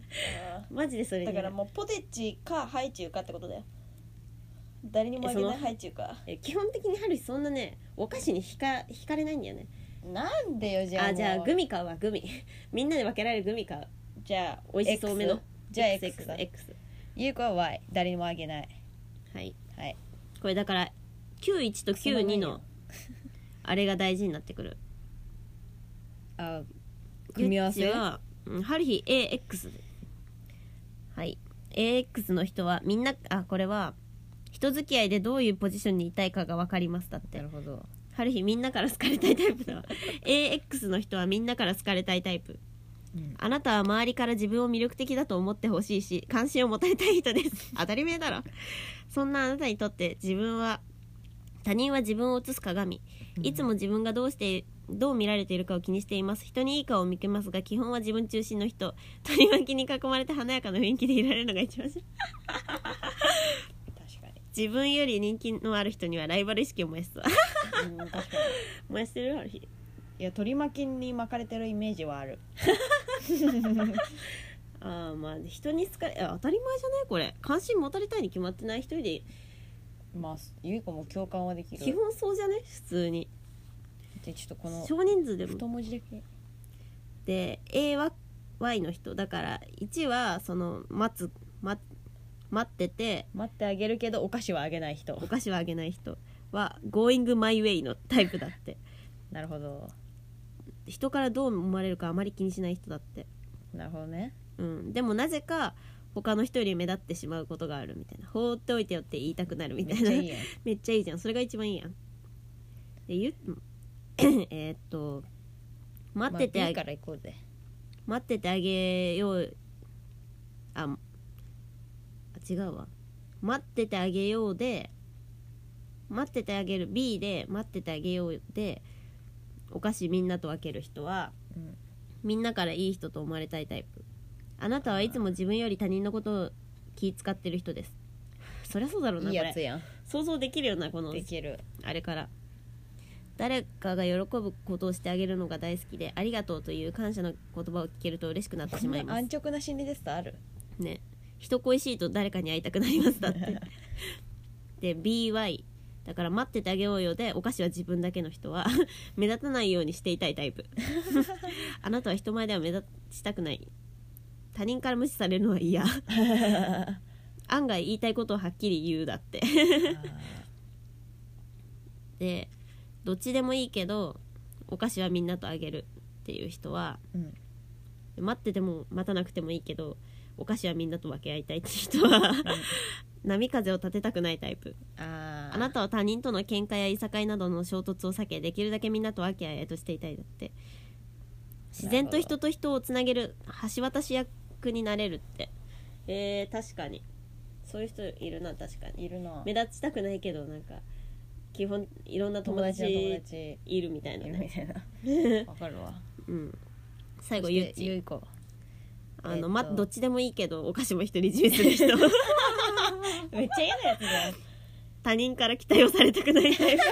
Speaker 3: あ
Speaker 2: マジでそれ
Speaker 3: ー
Speaker 2: によ
Speaker 3: だ
Speaker 2: る
Speaker 3: からもうポテチかハイチュウかってことだよ誰にもあげないハイチュウか
Speaker 2: え基本的にハルヒそんなねお菓子に惹か惹かれないんだよね
Speaker 3: なんでよじゃあ
Speaker 2: あじゃあ
Speaker 3: もう
Speaker 2: グミ買うわグミ みんなで分けられるグミ買う
Speaker 3: じゃあ
Speaker 2: 美味しそうめの
Speaker 3: X じゃあ X,
Speaker 2: X,
Speaker 3: だ
Speaker 2: X
Speaker 3: ゆうこは Y 誰にもあげない
Speaker 2: はい
Speaker 3: はい
Speaker 2: これだから91と92の あれが大事になってくる
Speaker 3: あ組み合わせ
Speaker 2: ゆっちは、うん、ハルヒ AX はい AX の人はみんなあこれは人付き合いでどういうポジションにいたいかが分かりますだって
Speaker 3: なるほど
Speaker 2: ハルヒみんなから好かれたいタイプ だわ AX の人はみんなから好かれたいタイプ
Speaker 3: うん
Speaker 2: あなたは周りから自分を魅力的だと思ってほしいし関心を持たれたい人です 当たり前だろそんなあなたにとって自分は他人は自分を映す鏡いつも自分がどうしてどう見られているかを気にしています人にいい顔を見けますが基本は自分中心の人とりわけに囲まれて華やかな雰囲気でいられるのが一番幸せ
Speaker 3: 確かに
Speaker 2: 自分より人気のある人にはライバル意識を燃やすわ
Speaker 3: うん確かに
Speaker 2: 燃やしてるある日
Speaker 3: いや取り巻きに巻かれてるイメージはある
Speaker 2: ああまあ人に好かれあ当たり前じゃないこれ関心持たれたいに決まってない一人で
Speaker 3: まあゆいこも共感はできる
Speaker 2: 基本そうじゃね普通に
Speaker 3: でちょっとこの
Speaker 2: 少人数でも
Speaker 3: 一文字だけ
Speaker 2: で A は Y の人だから1はその待つ待待ってて
Speaker 3: 待ってあげるけどお菓子はあげない人
Speaker 2: お菓子はあげない人は「Going my way」のタイプだって
Speaker 3: なるほど
Speaker 2: 人からどう思われるかあまり気にしない人だって、
Speaker 3: なるほどね
Speaker 2: うん、でもなぜか他の人より目立ってしまうことがあるみたいな放っておいてよって言いたくなるみ
Speaker 3: め
Speaker 2: た
Speaker 3: っ
Speaker 2: いな
Speaker 3: ちゃいいやん
Speaker 2: めっちゃいいじゃんそれが一番いいやんでゆえーっと待ってて
Speaker 3: まあ
Speaker 2: あ
Speaker 3: い
Speaker 2: げ
Speaker 3: いから行こうぜ
Speaker 2: 待っててあげようああ違うわ待っててあげようで待っててあげる B で待っててあげようでお菓子みんなと分ける人は
Speaker 3: うん
Speaker 2: みんなからいい人と思われたいタイプあなたはいつも自分より他人のことを気使ってる人ですそりゃそうだろうない
Speaker 3: い
Speaker 2: こ
Speaker 3: や
Speaker 2: れ
Speaker 3: つやん
Speaker 2: 想像できるよなこの
Speaker 3: できる
Speaker 2: あれから誰かが喜ぶことをしてあげるのが大好きでありがとうという感謝の言葉を聞けると嬉しくなってし
Speaker 3: こん
Speaker 2: ま
Speaker 3: ない
Speaker 2: ます
Speaker 3: 安直な心理ですとあ る
Speaker 2: ね人恋しいと誰かに会いたくなりますだってで BY だから待っててあげようよでお菓子は自分だけの人は 目立たないようにしていたいタイプ あなたは人前では目立ちたくない他人から無視されるのは嫌案外言いたいことをはっきり言うだって
Speaker 3: あー
Speaker 2: でどっちでもいいけどお菓子はみんなとあげるっていう人は
Speaker 3: うん
Speaker 2: 待ってても待たなくてもいいけどお菓子はみんなと分け合いたいっていう人は 波風を立てたくないタイプ
Speaker 3: あー
Speaker 2: あなたは他人との喧嘩やいさかいなどの衝突を避けできるだけみんなと和気あいあいとしていたいだって自然と人と人をつなげる橋渡し役になれるってえー、確かにそういう人いるな確かに
Speaker 3: いるな
Speaker 2: 目立ちたくないけどなんか基本いろんな友
Speaker 3: 友達の友
Speaker 2: 達
Speaker 3: 達
Speaker 2: いるみたいない
Speaker 3: るみ
Speaker 2: ね、
Speaker 3: たいなわかるわ
Speaker 2: うん、最後
Speaker 3: そ
Speaker 2: ゆ
Speaker 3: し
Speaker 2: ってち
Speaker 3: ゆいこ
Speaker 2: あの、
Speaker 3: えっと
Speaker 2: まどっちでもいいけどお菓子も独り占めする 人
Speaker 3: めっちゃ嫌なやつじゃん
Speaker 2: 他人から期待をされたくないタイプ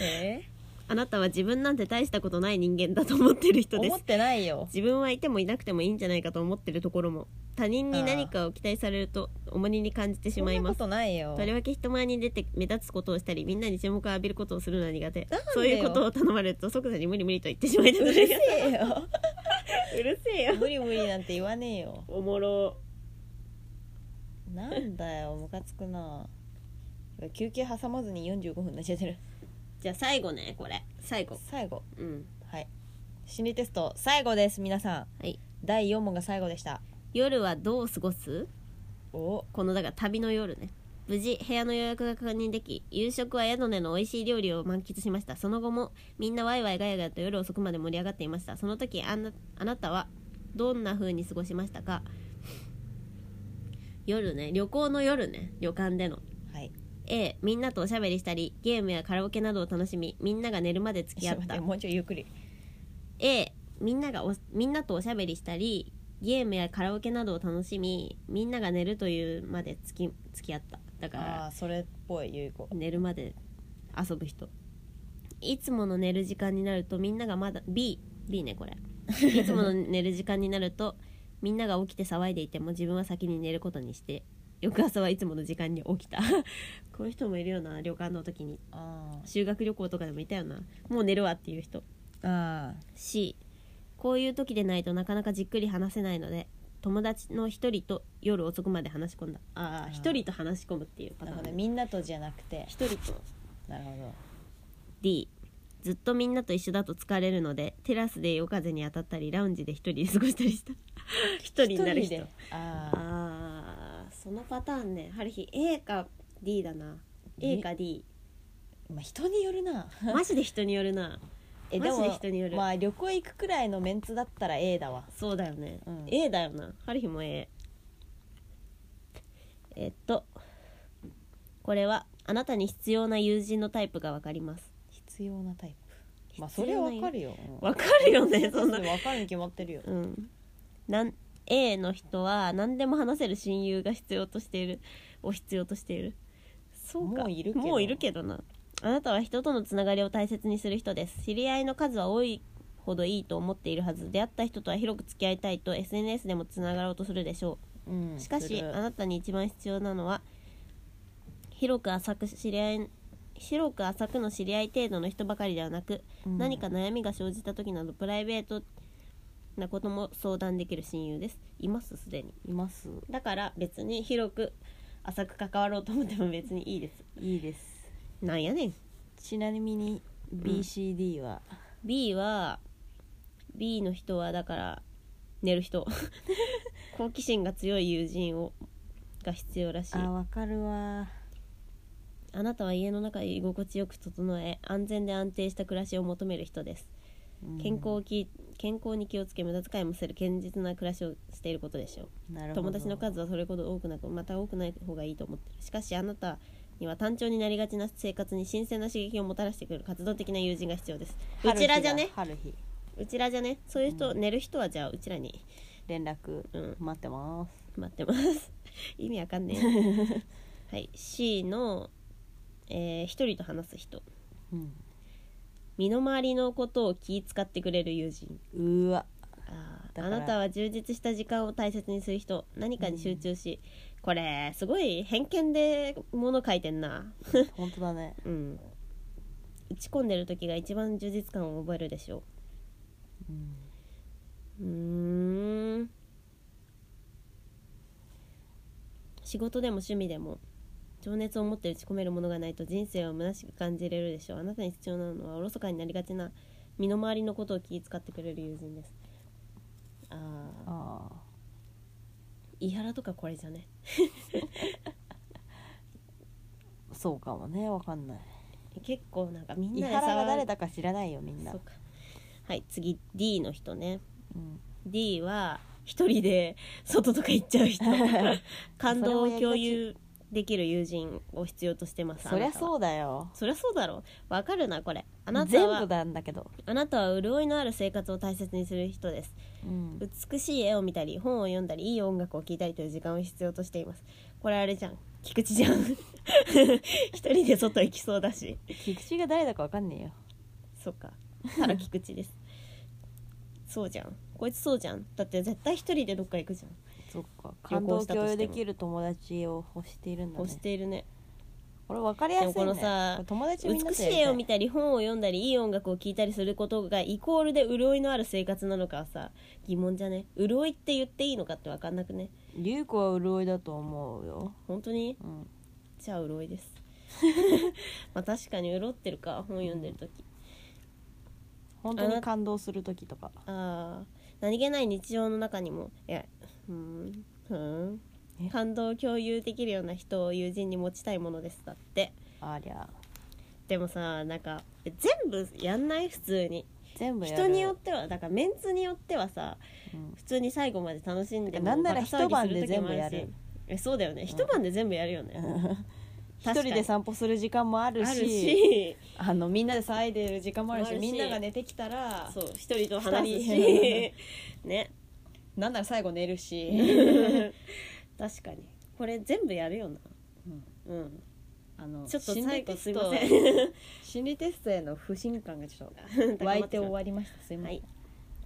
Speaker 3: え
Speaker 2: あなたは自分なんて大したことない人間だと思ってる人
Speaker 3: ー、
Speaker 2: で
Speaker 3: 思
Speaker 2: す
Speaker 3: ってないよ
Speaker 2: 自分はいてもいなくてもいいんじゃないかと思ってるところも他人に何かを期待されると重荷に感じてしまい
Speaker 3: そんな
Speaker 2: ま
Speaker 3: こ
Speaker 2: す
Speaker 3: とないよ
Speaker 2: とりわけ人前に出て目立つことをしたりみんなに注目を浴びることをするのは苦
Speaker 3: な
Speaker 2: 手
Speaker 3: んでよ
Speaker 2: そういうことを頼まれると即座に無理無理と言ってしまいた
Speaker 3: う
Speaker 2: くな
Speaker 3: る
Speaker 2: る
Speaker 3: せ えよ
Speaker 2: うるせえよ
Speaker 3: 無理無理なんて言わねえよ
Speaker 2: おもろ
Speaker 3: なんだよムカつくな休憩挟まずに45分なっちゃってる
Speaker 2: じゃあ最後ねこれ最後
Speaker 3: 最後
Speaker 2: うん
Speaker 3: はい心理テスト最後です皆さん
Speaker 2: はい
Speaker 3: 第4問が最後でした
Speaker 2: 夜はどう過ごす
Speaker 3: お
Speaker 2: このだから旅の夜ね無事部屋の予約が確認でき夕食は宿根の美味しい料理を満喫しましたその後もみんなワイワイガヤガヤと夜遅くまで盛り上がっていましたその時あんなあなたはどんな風に過ごしましたか夜ね旅行の夜ね旅館での
Speaker 3: はい
Speaker 2: A みんなとおしゃべりしたりゲームやカラオケなどを楽しみみんなが寝るまで付き
Speaker 3: ちょ
Speaker 2: 合
Speaker 3: っと待
Speaker 2: っ
Speaker 3: ったてもうちょいゆっくり
Speaker 2: A みんながおみんなとおしゃべりしたりゲームやカラオケなどを楽しみみんなが寝るというまでつき付き合っただから
Speaker 3: ああそれっぽいゆいこ
Speaker 2: 寝るまで遊ぶ人いつもの寝る時間になるとみんながまだ BB ねこれいつもの寝る時間になるとみんなが起きて騒いでいても自分は先に寝ることにして翌朝はいつもの時間に起きたこういう人もいるよな旅館の時に
Speaker 3: あ
Speaker 2: 修学旅行とかでもいたよなもう寝るわっていう人
Speaker 3: ーあ
Speaker 2: C こういう時でないとなかなかじっくり話せないので友達の一人と夜遅くまで話し込んだあ
Speaker 3: あ
Speaker 2: あ
Speaker 3: ー
Speaker 2: 一人と話し込むっていう
Speaker 3: ー
Speaker 2: パ
Speaker 3: な
Speaker 2: タ
Speaker 3: る
Speaker 2: ー
Speaker 3: ほど
Speaker 2: ンね
Speaker 3: みんなとじゃなくて
Speaker 2: 一人と
Speaker 3: なるほど
Speaker 2: D ずっとみんなと一緒だと疲れるのでテラスで夜風に当たったりラウンジで一人で過ごしたり した一人になる人
Speaker 3: 一人であ
Speaker 2: あーそのパターンね春日 A か D だな A か D
Speaker 3: あまあ人によるな
Speaker 2: マジで人によるな
Speaker 3: え
Speaker 2: マジで人による
Speaker 3: まあ旅行行くくらいのメンツだったら A だわ
Speaker 2: そうだよね、
Speaker 3: うん
Speaker 2: A だよな春日も A えっとこれはあなたに必要な友人のタイプがわかります
Speaker 3: 必要なタイプまあそ
Speaker 2: 必
Speaker 3: れ
Speaker 2: 要
Speaker 3: は
Speaker 2: な
Speaker 3: わかるよ
Speaker 2: わかるよねそんな
Speaker 3: わかるに決まってるよ
Speaker 2: うんなん A の人は何でも話せる親友が必要としているを必要としているそうか
Speaker 3: もういるけど
Speaker 2: もういるけどなあなたは人とのつながりを大切にする人です知り合いの数は多いほどいいと思っているはず出会った人とは広く付き合いたいと SNS でもつながろうとするでしょう
Speaker 3: うん
Speaker 2: しか
Speaker 3: す
Speaker 2: し
Speaker 3: る
Speaker 2: あなたに一番必要なのは広く浅く知り合い広く浅くの知り合い程度の人ばかりではなく、
Speaker 3: うん
Speaker 2: 何か悩みが生じた時などプライベートなことも相談できる親友ですいますすでに
Speaker 3: います
Speaker 2: だから別に広く浅く関わろうと思っても別にいいです
Speaker 3: いいです
Speaker 2: なんやねん
Speaker 3: ちなみに BCD は、
Speaker 2: B は B の人はだから寝 る人好奇心が強い友人をが必要らしい
Speaker 3: あわかるわ
Speaker 2: あなたは家の中で居心地よく整え安全で安定した暮らしを求める人です健康をき、健康に気をつけ無駄遣いもする堅実な暮らしをしていることでしょ
Speaker 3: なる
Speaker 2: う
Speaker 3: ほど
Speaker 2: 友達の数はそれほど多くなくまた多くない方がいいと思ってるしかしあなたには単調になりがちな生活に新鮮な刺激をもたらしてくる活動的な友人が必要ですう
Speaker 3: 春日
Speaker 2: ちらじゃね
Speaker 3: 春日
Speaker 2: うちらじゃねそういう人、
Speaker 3: うん
Speaker 2: 寝る人はじゃあうちらに
Speaker 3: 連絡
Speaker 2: うん
Speaker 3: 待ってます
Speaker 2: 待ってます 意味わかんねえはい C の、えー一人と話す人
Speaker 3: うん
Speaker 2: 身の回りのことを気遣ってくれる友人
Speaker 3: うわ
Speaker 2: あ
Speaker 3: だから
Speaker 2: なたは充実した時間を大切にする人何かに集中し、これすごい偏見で物書いてんな
Speaker 3: 本当だね
Speaker 2: うん打ち込んでる時が一番充実感を覚えるでしょ
Speaker 3: うん
Speaker 2: ううーん仕事でも趣味でも情熱を持って打ち込めるものがないと人生を虚しく感じれるでしょうあなたに必要なのはおろそかになりがちな身の回りのことを気遣ってくれる友人ですああ
Speaker 3: ああ
Speaker 2: 伊原とかこれじゃね
Speaker 3: そうかもねわかんない
Speaker 2: 結構なんかみん
Speaker 3: 伊
Speaker 2: なで
Speaker 3: 原が誰だ
Speaker 2: だ
Speaker 3: か知らないよみんな
Speaker 2: そうかはい次 D の人ね
Speaker 3: うん
Speaker 2: D は一人で外とか行っちゃう人 感動を共有できる友人を必要としてます
Speaker 3: そり
Speaker 2: あ
Speaker 3: ゃ
Speaker 2: なたは
Speaker 3: そうだよ
Speaker 2: そりゃそうだろうわかるなこれあなた
Speaker 3: 全部
Speaker 2: は
Speaker 3: なんだけど、
Speaker 2: あなたは潤いのある生活を大切にする人です
Speaker 3: うん、
Speaker 2: 美しい絵を見たり本を読んだりいい音楽を聴いたりという時間を必要としていますこれあれじゃん菊池じゃん 一人で外行きそうだし
Speaker 3: 菊池が誰だかわかんねえよ
Speaker 2: そうか原菊池ですそうじゃんこいつそうじゃんだって絶対一人でどっか行くじゃん
Speaker 3: そっか
Speaker 2: 旅
Speaker 3: 感動
Speaker 2: 行
Speaker 3: を
Speaker 2: したとしても
Speaker 3: 共有できる友達を欲しているんだね
Speaker 2: 押しているね
Speaker 3: これ分かりやすいね
Speaker 2: でもこのさ
Speaker 3: れ友達みんな
Speaker 2: 美
Speaker 3: と
Speaker 2: し
Speaker 3: やり
Speaker 2: い
Speaker 3: た
Speaker 2: 絵を見たり本を読んだりいい音楽を聴いたりすることがイコールで潤いのある生活なのかはさ疑問じゃね潤いって言っていいのかって分かんなくね
Speaker 3: 優子は潤いだと思うよ、
Speaker 2: 本当に
Speaker 3: うん、
Speaker 2: じゃあ潤いですまあ確かに潤ってるか本読んでる時、
Speaker 3: 本当に感動する時とか
Speaker 2: ああ何気ない日常の中にもいやうーんふーん
Speaker 3: え
Speaker 2: 感動を共有できるような人を友人に持ちたいものですだって
Speaker 3: ありゃ
Speaker 2: でもさなんか全部やんない普通に
Speaker 3: 全部やる
Speaker 2: 人によってはだからメンツによってはさ
Speaker 3: うん
Speaker 2: 普通に最後まで楽しんでも
Speaker 3: なんなら
Speaker 2: バカ騒ぎす時もあ
Speaker 3: 一晩で全
Speaker 2: し
Speaker 3: 部やる
Speaker 2: えそうだよね一晩で全部やるよね、
Speaker 3: 一人で散歩する時間もあるし
Speaker 2: あるし
Speaker 3: あのみんなで騒いでる時間もあるし
Speaker 2: あるし
Speaker 3: みんなが寝てきたら
Speaker 2: そう一人と離れる
Speaker 3: 二人で
Speaker 2: し ね
Speaker 3: なんなら最後寝るし、
Speaker 2: 確かにこれ全部やるよな
Speaker 3: うん
Speaker 2: うん
Speaker 3: あの
Speaker 2: ちょっと
Speaker 3: 心理
Speaker 2: 最
Speaker 3: テ
Speaker 2: 後す
Speaker 3: ス
Speaker 2: い
Speaker 3: ト
Speaker 2: ません
Speaker 3: 心理テストへの不信感がちょっと 湧
Speaker 2: 高まってしまった
Speaker 3: いて終わりましたすいま
Speaker 2: は
Speaker 3: せん、
Speaker 2: い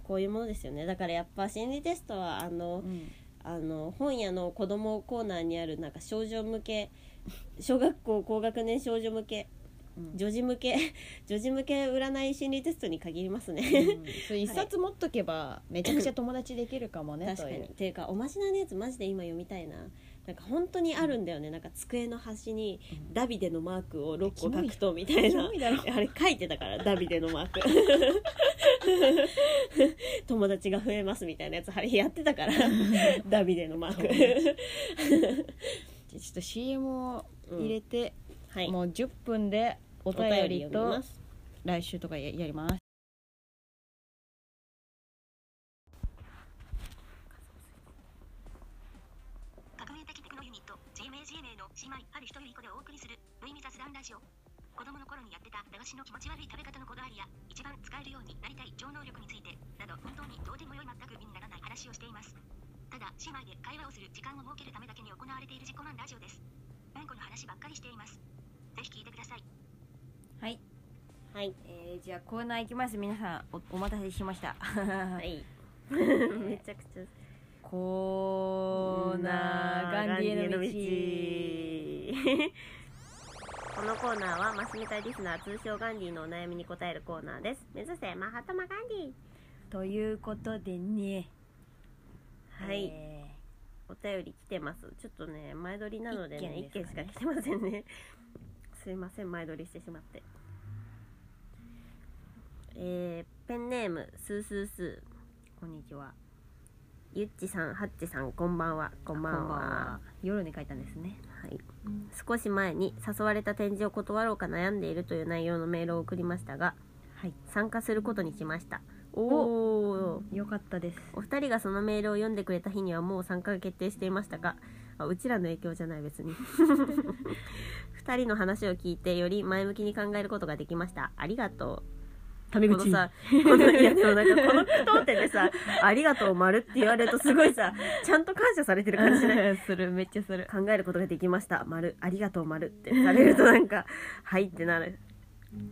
Speaker 2: こういうものですよねだからやっぱ心理テストはあの
Speaker 3: うん
Speaker 2: あの本屋の子供コーナーにあるなんか少女向け小学校高学年少女向け
Speaker 3: うん
Speaker 2: 女児向け 女児向け占い心理テストに限ります
Speaker 3: う
Speaker 2: ね、
Speaker 3: んそれ一冊持っとけばめちゃくちゃ友達できるか もね
Speaker 2: 確
Speaker 3: と
Speaker 2: か
Speaker 3: い
Speaker 2: に
Speaker 3: う
Speaker 2: っていうかおまじないのやつマジで今読みたいななんか本当にあるんだよねなんか机の端に
Speaker 3: うん
Speaker 2: ダビデのマークを6個書くとみたいな
Speaker 3: キモいだろ
Speaker 2: あれ書いてた からダビデのマーク友達が増えますみたいなやつあれやって たからダビデのマーク
Speaker 3: ちょっと CM を
Speaker 2: うん
Speaker 3: 入れて、
Speaker 2: はい
Speaker 3: もう10分でお
Speaker 2: お
Speaker 3: 便り
Speaker 2: 読み
Speaker 3: と
Speaker 2: ます
Speaker 3: 来週とかややります
Speaker 1: 革命的テクノユニット G 名 G 名の姉妹ある一人いい子でお送りする無意味雑談ラジオ子供の頃にやってた駄菓子の気持ち悪い食べ方のこだわりや一番使えるようになりたい超能力についてなど本当にどうでもよい全く身にならない話をしていますただ姉妹で会話をする時間を設けるためだけに行われている自己満ラジオですうんこの話ばっかりしていますぜひ聞いてください
Speaker 3: はい、
Speaker 2: はい、
Speaker 3: えー、じゃあコーナー行きます皆さんおお待たせしました
Speaker 2: はい、めちゃくちゃ
Speaker 3: コーナーガンディへの道
Speaker 2: このコーナーはマスメタリスナー通称ガンディのお悩みに答えるコーナーです目指せマハトマガンデ
Speaker 3: ということでね
Speaker 2: ィはい、
Speaker 3: え
Speaker 2: お便り来てますちょっとね前撮りなのでね
Speaker 3: 一
Speaker 2: 一
Speaker 3: 件
Speaker 2: 件,、
Speaker 3: です
Speaker 2: し
Speaker 3: か
Speaker 2: か
Speaker 3: ね
Speaker 2: 来てませんねすいません前撮りしてしまってえー、ペンネームスースース
Speaker 3: ーこんにちは
Speaker 2: ーゆっちさんはっちさんこんばんはこんばんは
Speaker 3: 夜に書いたんですね
Speaker 2: はい、少し前に誘われた展示を断ろうか悩んでいるという内容のメールを送りましたが
Speaker 3: はい
Speaker 2: 参加することにしましたおお
Speaker 3: よかったです
Speaker 2: お二人がそのメールを読んでくれた日にはもう参加が決定していましたがあうちらの影響じゃない別に 二人の話を聞いてより前向きに考えることができましたありがとう
Speaker 3: タメ
Speaker 2: このさ、この、いやでもなんかこの句読点でさ、ありがとう丸って言われるとすごいさ、ちゃんと感謝されてる感じしない
Speaker 3: するめっちゃする
Speaker 2: 考えることができました丸ありがとう丸ってされるとなんか はいってなる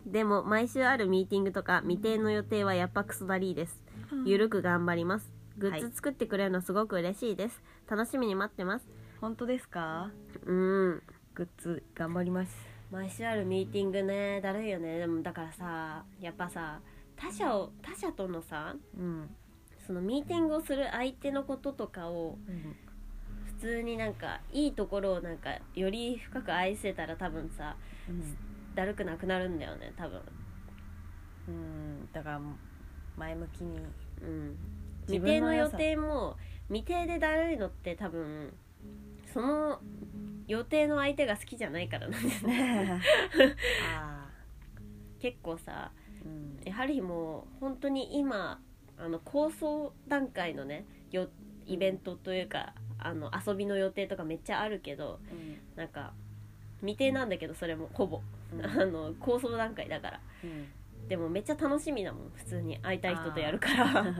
Speaker 2: でも毎週あるミーティングとか未定の予定はやっぱクソだりーですゆるく頑張りますグッズ作ってくれるのすごく嬉しいです楽しみに待ってます
Speaker 3: 本当ですか
Speaker 2: うん
Speaker 3: グッズ頑張ります
Speaker 2: 毎週あるミーティングねだるいよねでもだからさやっぱさ他者を他者とのさ
Speaker 3: うん
Speaker 2: そのミーティングをする相手のこととかを普通になんかいいところをなんかより深く愛せたら多分さ
Speaker 3: うん
Speaker 2: だるくなくなるんだよね多分
Speaker 3: うんだから前向きに
Speaker 2: うん
Speaker 3: 自
Speaker 2: 未
Speaker 3: 分
Speaker 2: 定
Speaker 3: の
Speaker 2: の
Speaker 3: 良
Speaker 2: 予
Speaker 3: さ
Speaker 2: 定も未定でだるいのって多分その予定の相手が好きじゃないからなんですね
Speaker 3: あ
Speaker 2: 結構さ
Speaker 3: ーうん
Speaker 2: やはりもう本当に今あの構想段階のねよイベントというかあの遊びの予定とかめっちゃあるけどなんか未定なんだけどそれもほぼ、
Speaker 3: うん
Speaker 2: あの構想段階だから
Speaker 3: うん
Speaker 2: でもめっちゃ楽しみだもん普通に会いたい人とやるから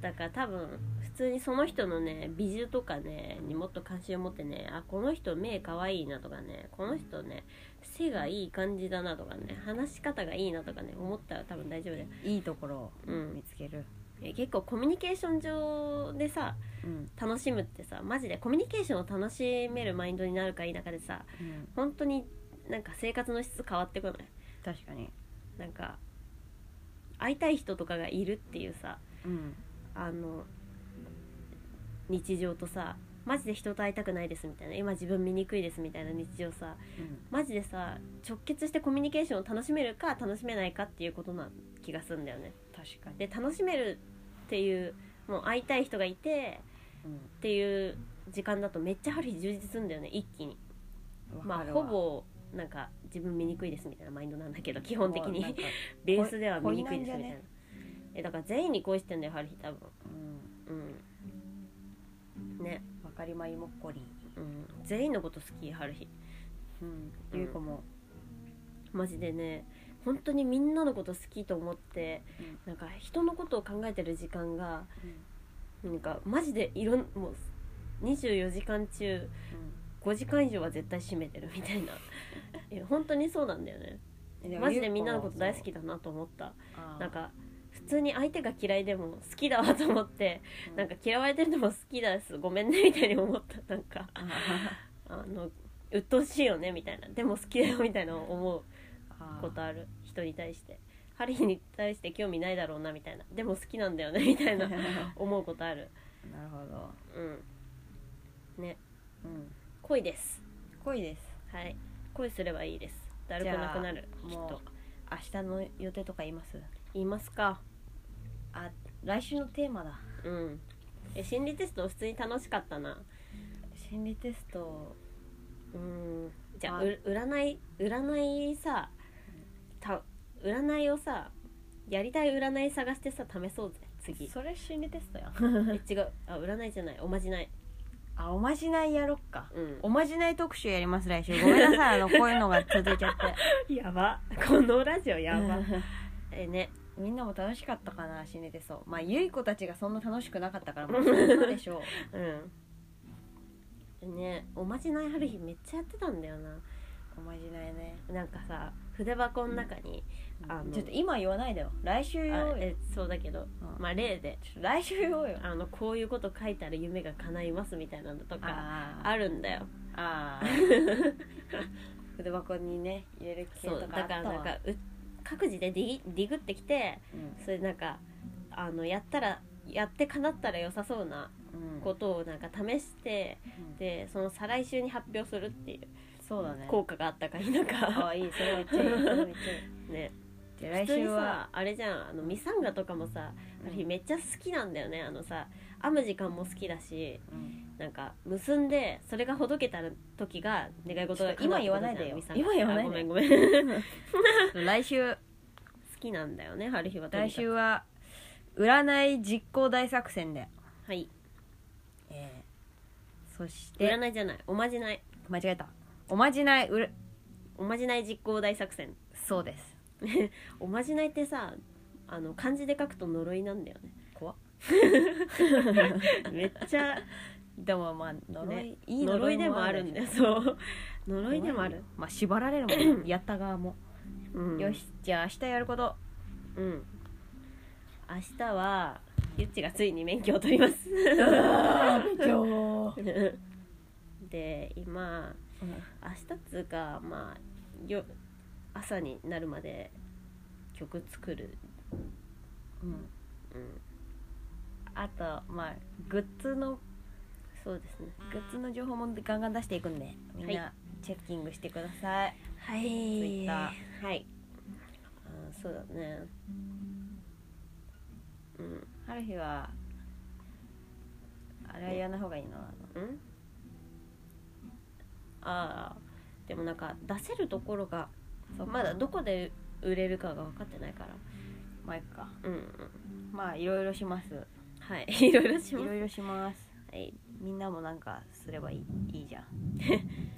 Speaker 2: だから多分普通にその人のね美女とかねにもっと関心を持ってねあこの人目かわいいなとかねこの人ね背がいい感じだなとかね話し方がいいなとかね思ったら多分大丈夫だよ、
Speaker 3: いいところを
Speaker 2: う
Speaker 3: 見
Speaker 2: ん、
Speaker 3: つける、
Speaker 2: え結構コミュニケーション上でさ
Speaker 3: うん
Speaker 2: 楽しむってさマジでコミュニケーションを楽しめるマインドになるか否かでさ
Speaker 3: うん、
Speaker 2: 本当になんか生活の質変わってこない
Speaker 3: 確かに、
Speaker 2: なんか会いたい人とかがいるっていうさ
Speaker 3: うん、
Speaker 2: あの日常とさマジで人と会いたくないですみたいな今自分見にくいですみたいな日常さマジでさ直結してコミュニケーションを楽しめるか楽しめないかっていうことな気がするんだよね
Speaker 3: 確かに、
Speaker 2: で楽しめるっていうもう会いたい人がいて
Speaker 3: う
Speaker 2: っていう時間だとめっちゃある日充実するんだよね一気に
Speaker 3: ん、
Speaker 2: ま
Speaker 3: わか
Speaker 2: あ
Speaker 3: るわ
Speaker 2: ほぼなんか自分見にくいですみたいなマインドなんだけど基本的
Speaker 3: もうなん
Speaker 2: に
Speaker 3: か
Speaker 2: ベースでは見にくい
Speaker 3: 恋なん
Speaker 2: ですみ
Speaker 3: じ
Speaker 2: た
Speaker 3: ゃ
Speaker 2: いな
Speaker 3: ね
Speaker 2: えだから全員に恋してんだよハルヒ多分
Speaker 3: うん
Speaker 2: うんね
Speaker 3: わかりまいもっこり、
Speaker 2: うん全員のこと好きハルヒ
Speaker 3: うん、ゆうこも、
Speaker 2: マジでね本当にみんなのこと好きと思ってなんか人のことを考えてる時間がなんかマジでいろんもう24時間中5時間以上は絶対占めてるみた いないや本当にそうなんだよねマジでみんなのこと大好きだなと思ったなんか普通に相手が嫌いでも好きだわと思ってな んか嫌われてるのも好きだですごめんねみたいに思ったなんかあの鬱陶しいよねみたいなでも好きだよみたいな思うことある人に対してハリーに対して興味ないだろうなみたいなでも好きなんだよねみた い な思うことある
Speaker 3: なるほど、
Speaker 2: うんね
Speaker 3: うん、
Speaker 2: 恋です
Speaker 3: 恋です
Speaker 2: はい恋すればいいですだるくなくなるきっ
Speaker 3: もう
Speaker 2: と
Speaker 3: 明日の予定とか言います
Speaker 2: 言いますか
Speaker 3: あ来週のテーマだ
Speaker 2: うんえ心理テスト普通に楽しかったな
Speaker 3: 心理テスト
Speaker 2: うんじゃあ
Speaker 3: あ
Speaker 2: う占い占いさた占いをさやりたい占い探してさ試そうぜ次
Speaker 3: それ心理テストやん
Speaker 2: え違うあ占いじゃないおまじない
Speaker 3: あおまじないやろっか
Speaker 2: うん
Speaker 3: おまじない特集やります来週ごめんなさい あのこういうのが続いちゃって
Speaker 2: やばこのラジオやばえね
Speaker 3: みんなも楽しかったかな心理テストまあゆい子たちがそんな楽しくなかったからまあそんなでし ょ
Speaker 2: うんねおまじないある日めっちゃやってたんだよな
Speaker 3: うおまじないね
Speaker 2: なんかさ筆箱の中に、あの
Speaker 3: ちょっと今言わないでよ来週言お
Speaker 2: あ
Speaker 3: うよ
Speaker 2: えそうだけど、
Speaker 3: うん
Speaker 2: まあ例で
Speaker 3: ちょっと来週言おうよ
Speaker 2: あのこういうこと書いたら夢が叶いますみたいなのとか
Speaker 3: あー
Speaker 2: あるんだよ
Speaker 3: ああ 筆箱にね入れる系
Speaker 2: そ
Speaker 3: と
Speaker 2: う
Speaker 3: かあ
Speaker 2: だ
Speaker 3: った
Speaker 2: から
Speaker 3: わ
Speaker 2: なんかう各自でディディグってきて
Speaker 3: うん
Speaker 2: それでなんかあのやったらやって叶ったら良さそうな
Speaker 3: うん
Speaker 2: ことをなんか試して
Speaker 3: うん
Speaker 2: でその再来週に発表するっていう
Speaker 3: そうだね
Speaker 2: 効果があったか否
Speaker 3: あ
Speaker 2: か
Speaker 3: あいいそれめっちゃいいそれめっちゃいい
Speaker 2: ね
Speaker 3: で
Speaker 2: 普
Speaker 3: 来
Speaker 2: 通に
Speaker 3: 週は
Speaker 2: さあれじゃんあのミサンガとかもさ、ある日めっちゃ好きなんだよねあのさ編む時間も好きだし
Speaker 3: うん
Speaker 2: なんか結んでそれがほどけた時が願い事が叶うってことじゃん
Speaker 3: 今言わないでよ
Speaker 2: ミサンガ
Speaker 3: 今言わないで
Speaker 2: あごめんごめん 好
Speaker 3: 来週
Speaker 2: きなんだよね春日はとに
Speaker 3: 来
Speaker 2: かく
Speaker 3: 週は占い実行大作戦で、
Speaker 2: はい
Speaker 3: えーそして
Speaker 2: 占いじゃないおまじない
Speaker 3: 間違えたおまじないうら
Speaker 2: おまじない実行大作戦
Speaker 3: そうです
Speaker 2: おまじないってさあの漢字で書くと呪いなんだよね
Speaker 3: 怖っ
Speaker 2: めっちゃ
Speaker 3: でもまあ呪い、
Speaker 2: ね
Speaker 3: いい
Speaker 2: 呪いでもあるんだよそう
Speaker 3: 呪
Speaker 2: 呪
Speaker 3: い
Speaker 2: い
Speaker 3: で
Speaker 2: で
Speaker 3: も
Speaker 2: も
Speaker 3: あ
Speaker 2: あ
Speaker 3: る
Speaker 2: る、
Speaker 3: まあ、縛られるもんやった側も、
Speaker 2: うん
Speaker 3: よしじゃあ明日やること
Speaker 2: うん明日はゆっちがついに免許を取り ます
Speaker 3: 今日
Speaker 2: で今明日っつうかまあよ朝になるまで曲作る、
Speaker 3: うん
Speaker 2: うん、
Speaker 3: あとまあグッズの
Speaker 2: そうですね
Speaker 3: グッズの情報もガンガン出していくんでみん
Speaker 2: は
Speaker 3: なチェッキングしてください、
Speaker 2: は
Speaker 3: イッ
Speaker 2: い
Speaker 3: タ
Speaker 2: はいあーそうだねうん
Speaker 3: 春日はあれは言わない方がいいのあの
Speaker 2: うんあーでもなんか出せるところが
Speaker 3: そうか
Speaker 2: まだどこで売れるかが分かってないから
Speaker 3: まあいっか
Speaker 2: うんうん
Speaker 3: まあいろいろします
Speaker 2: はい いろいろし
Speaker 3: い
Speaker 2: ます
Speaker 3: ろいろします
Speaker 2: はい
Speaker 3: みんなもなんかすればいいいいじゃん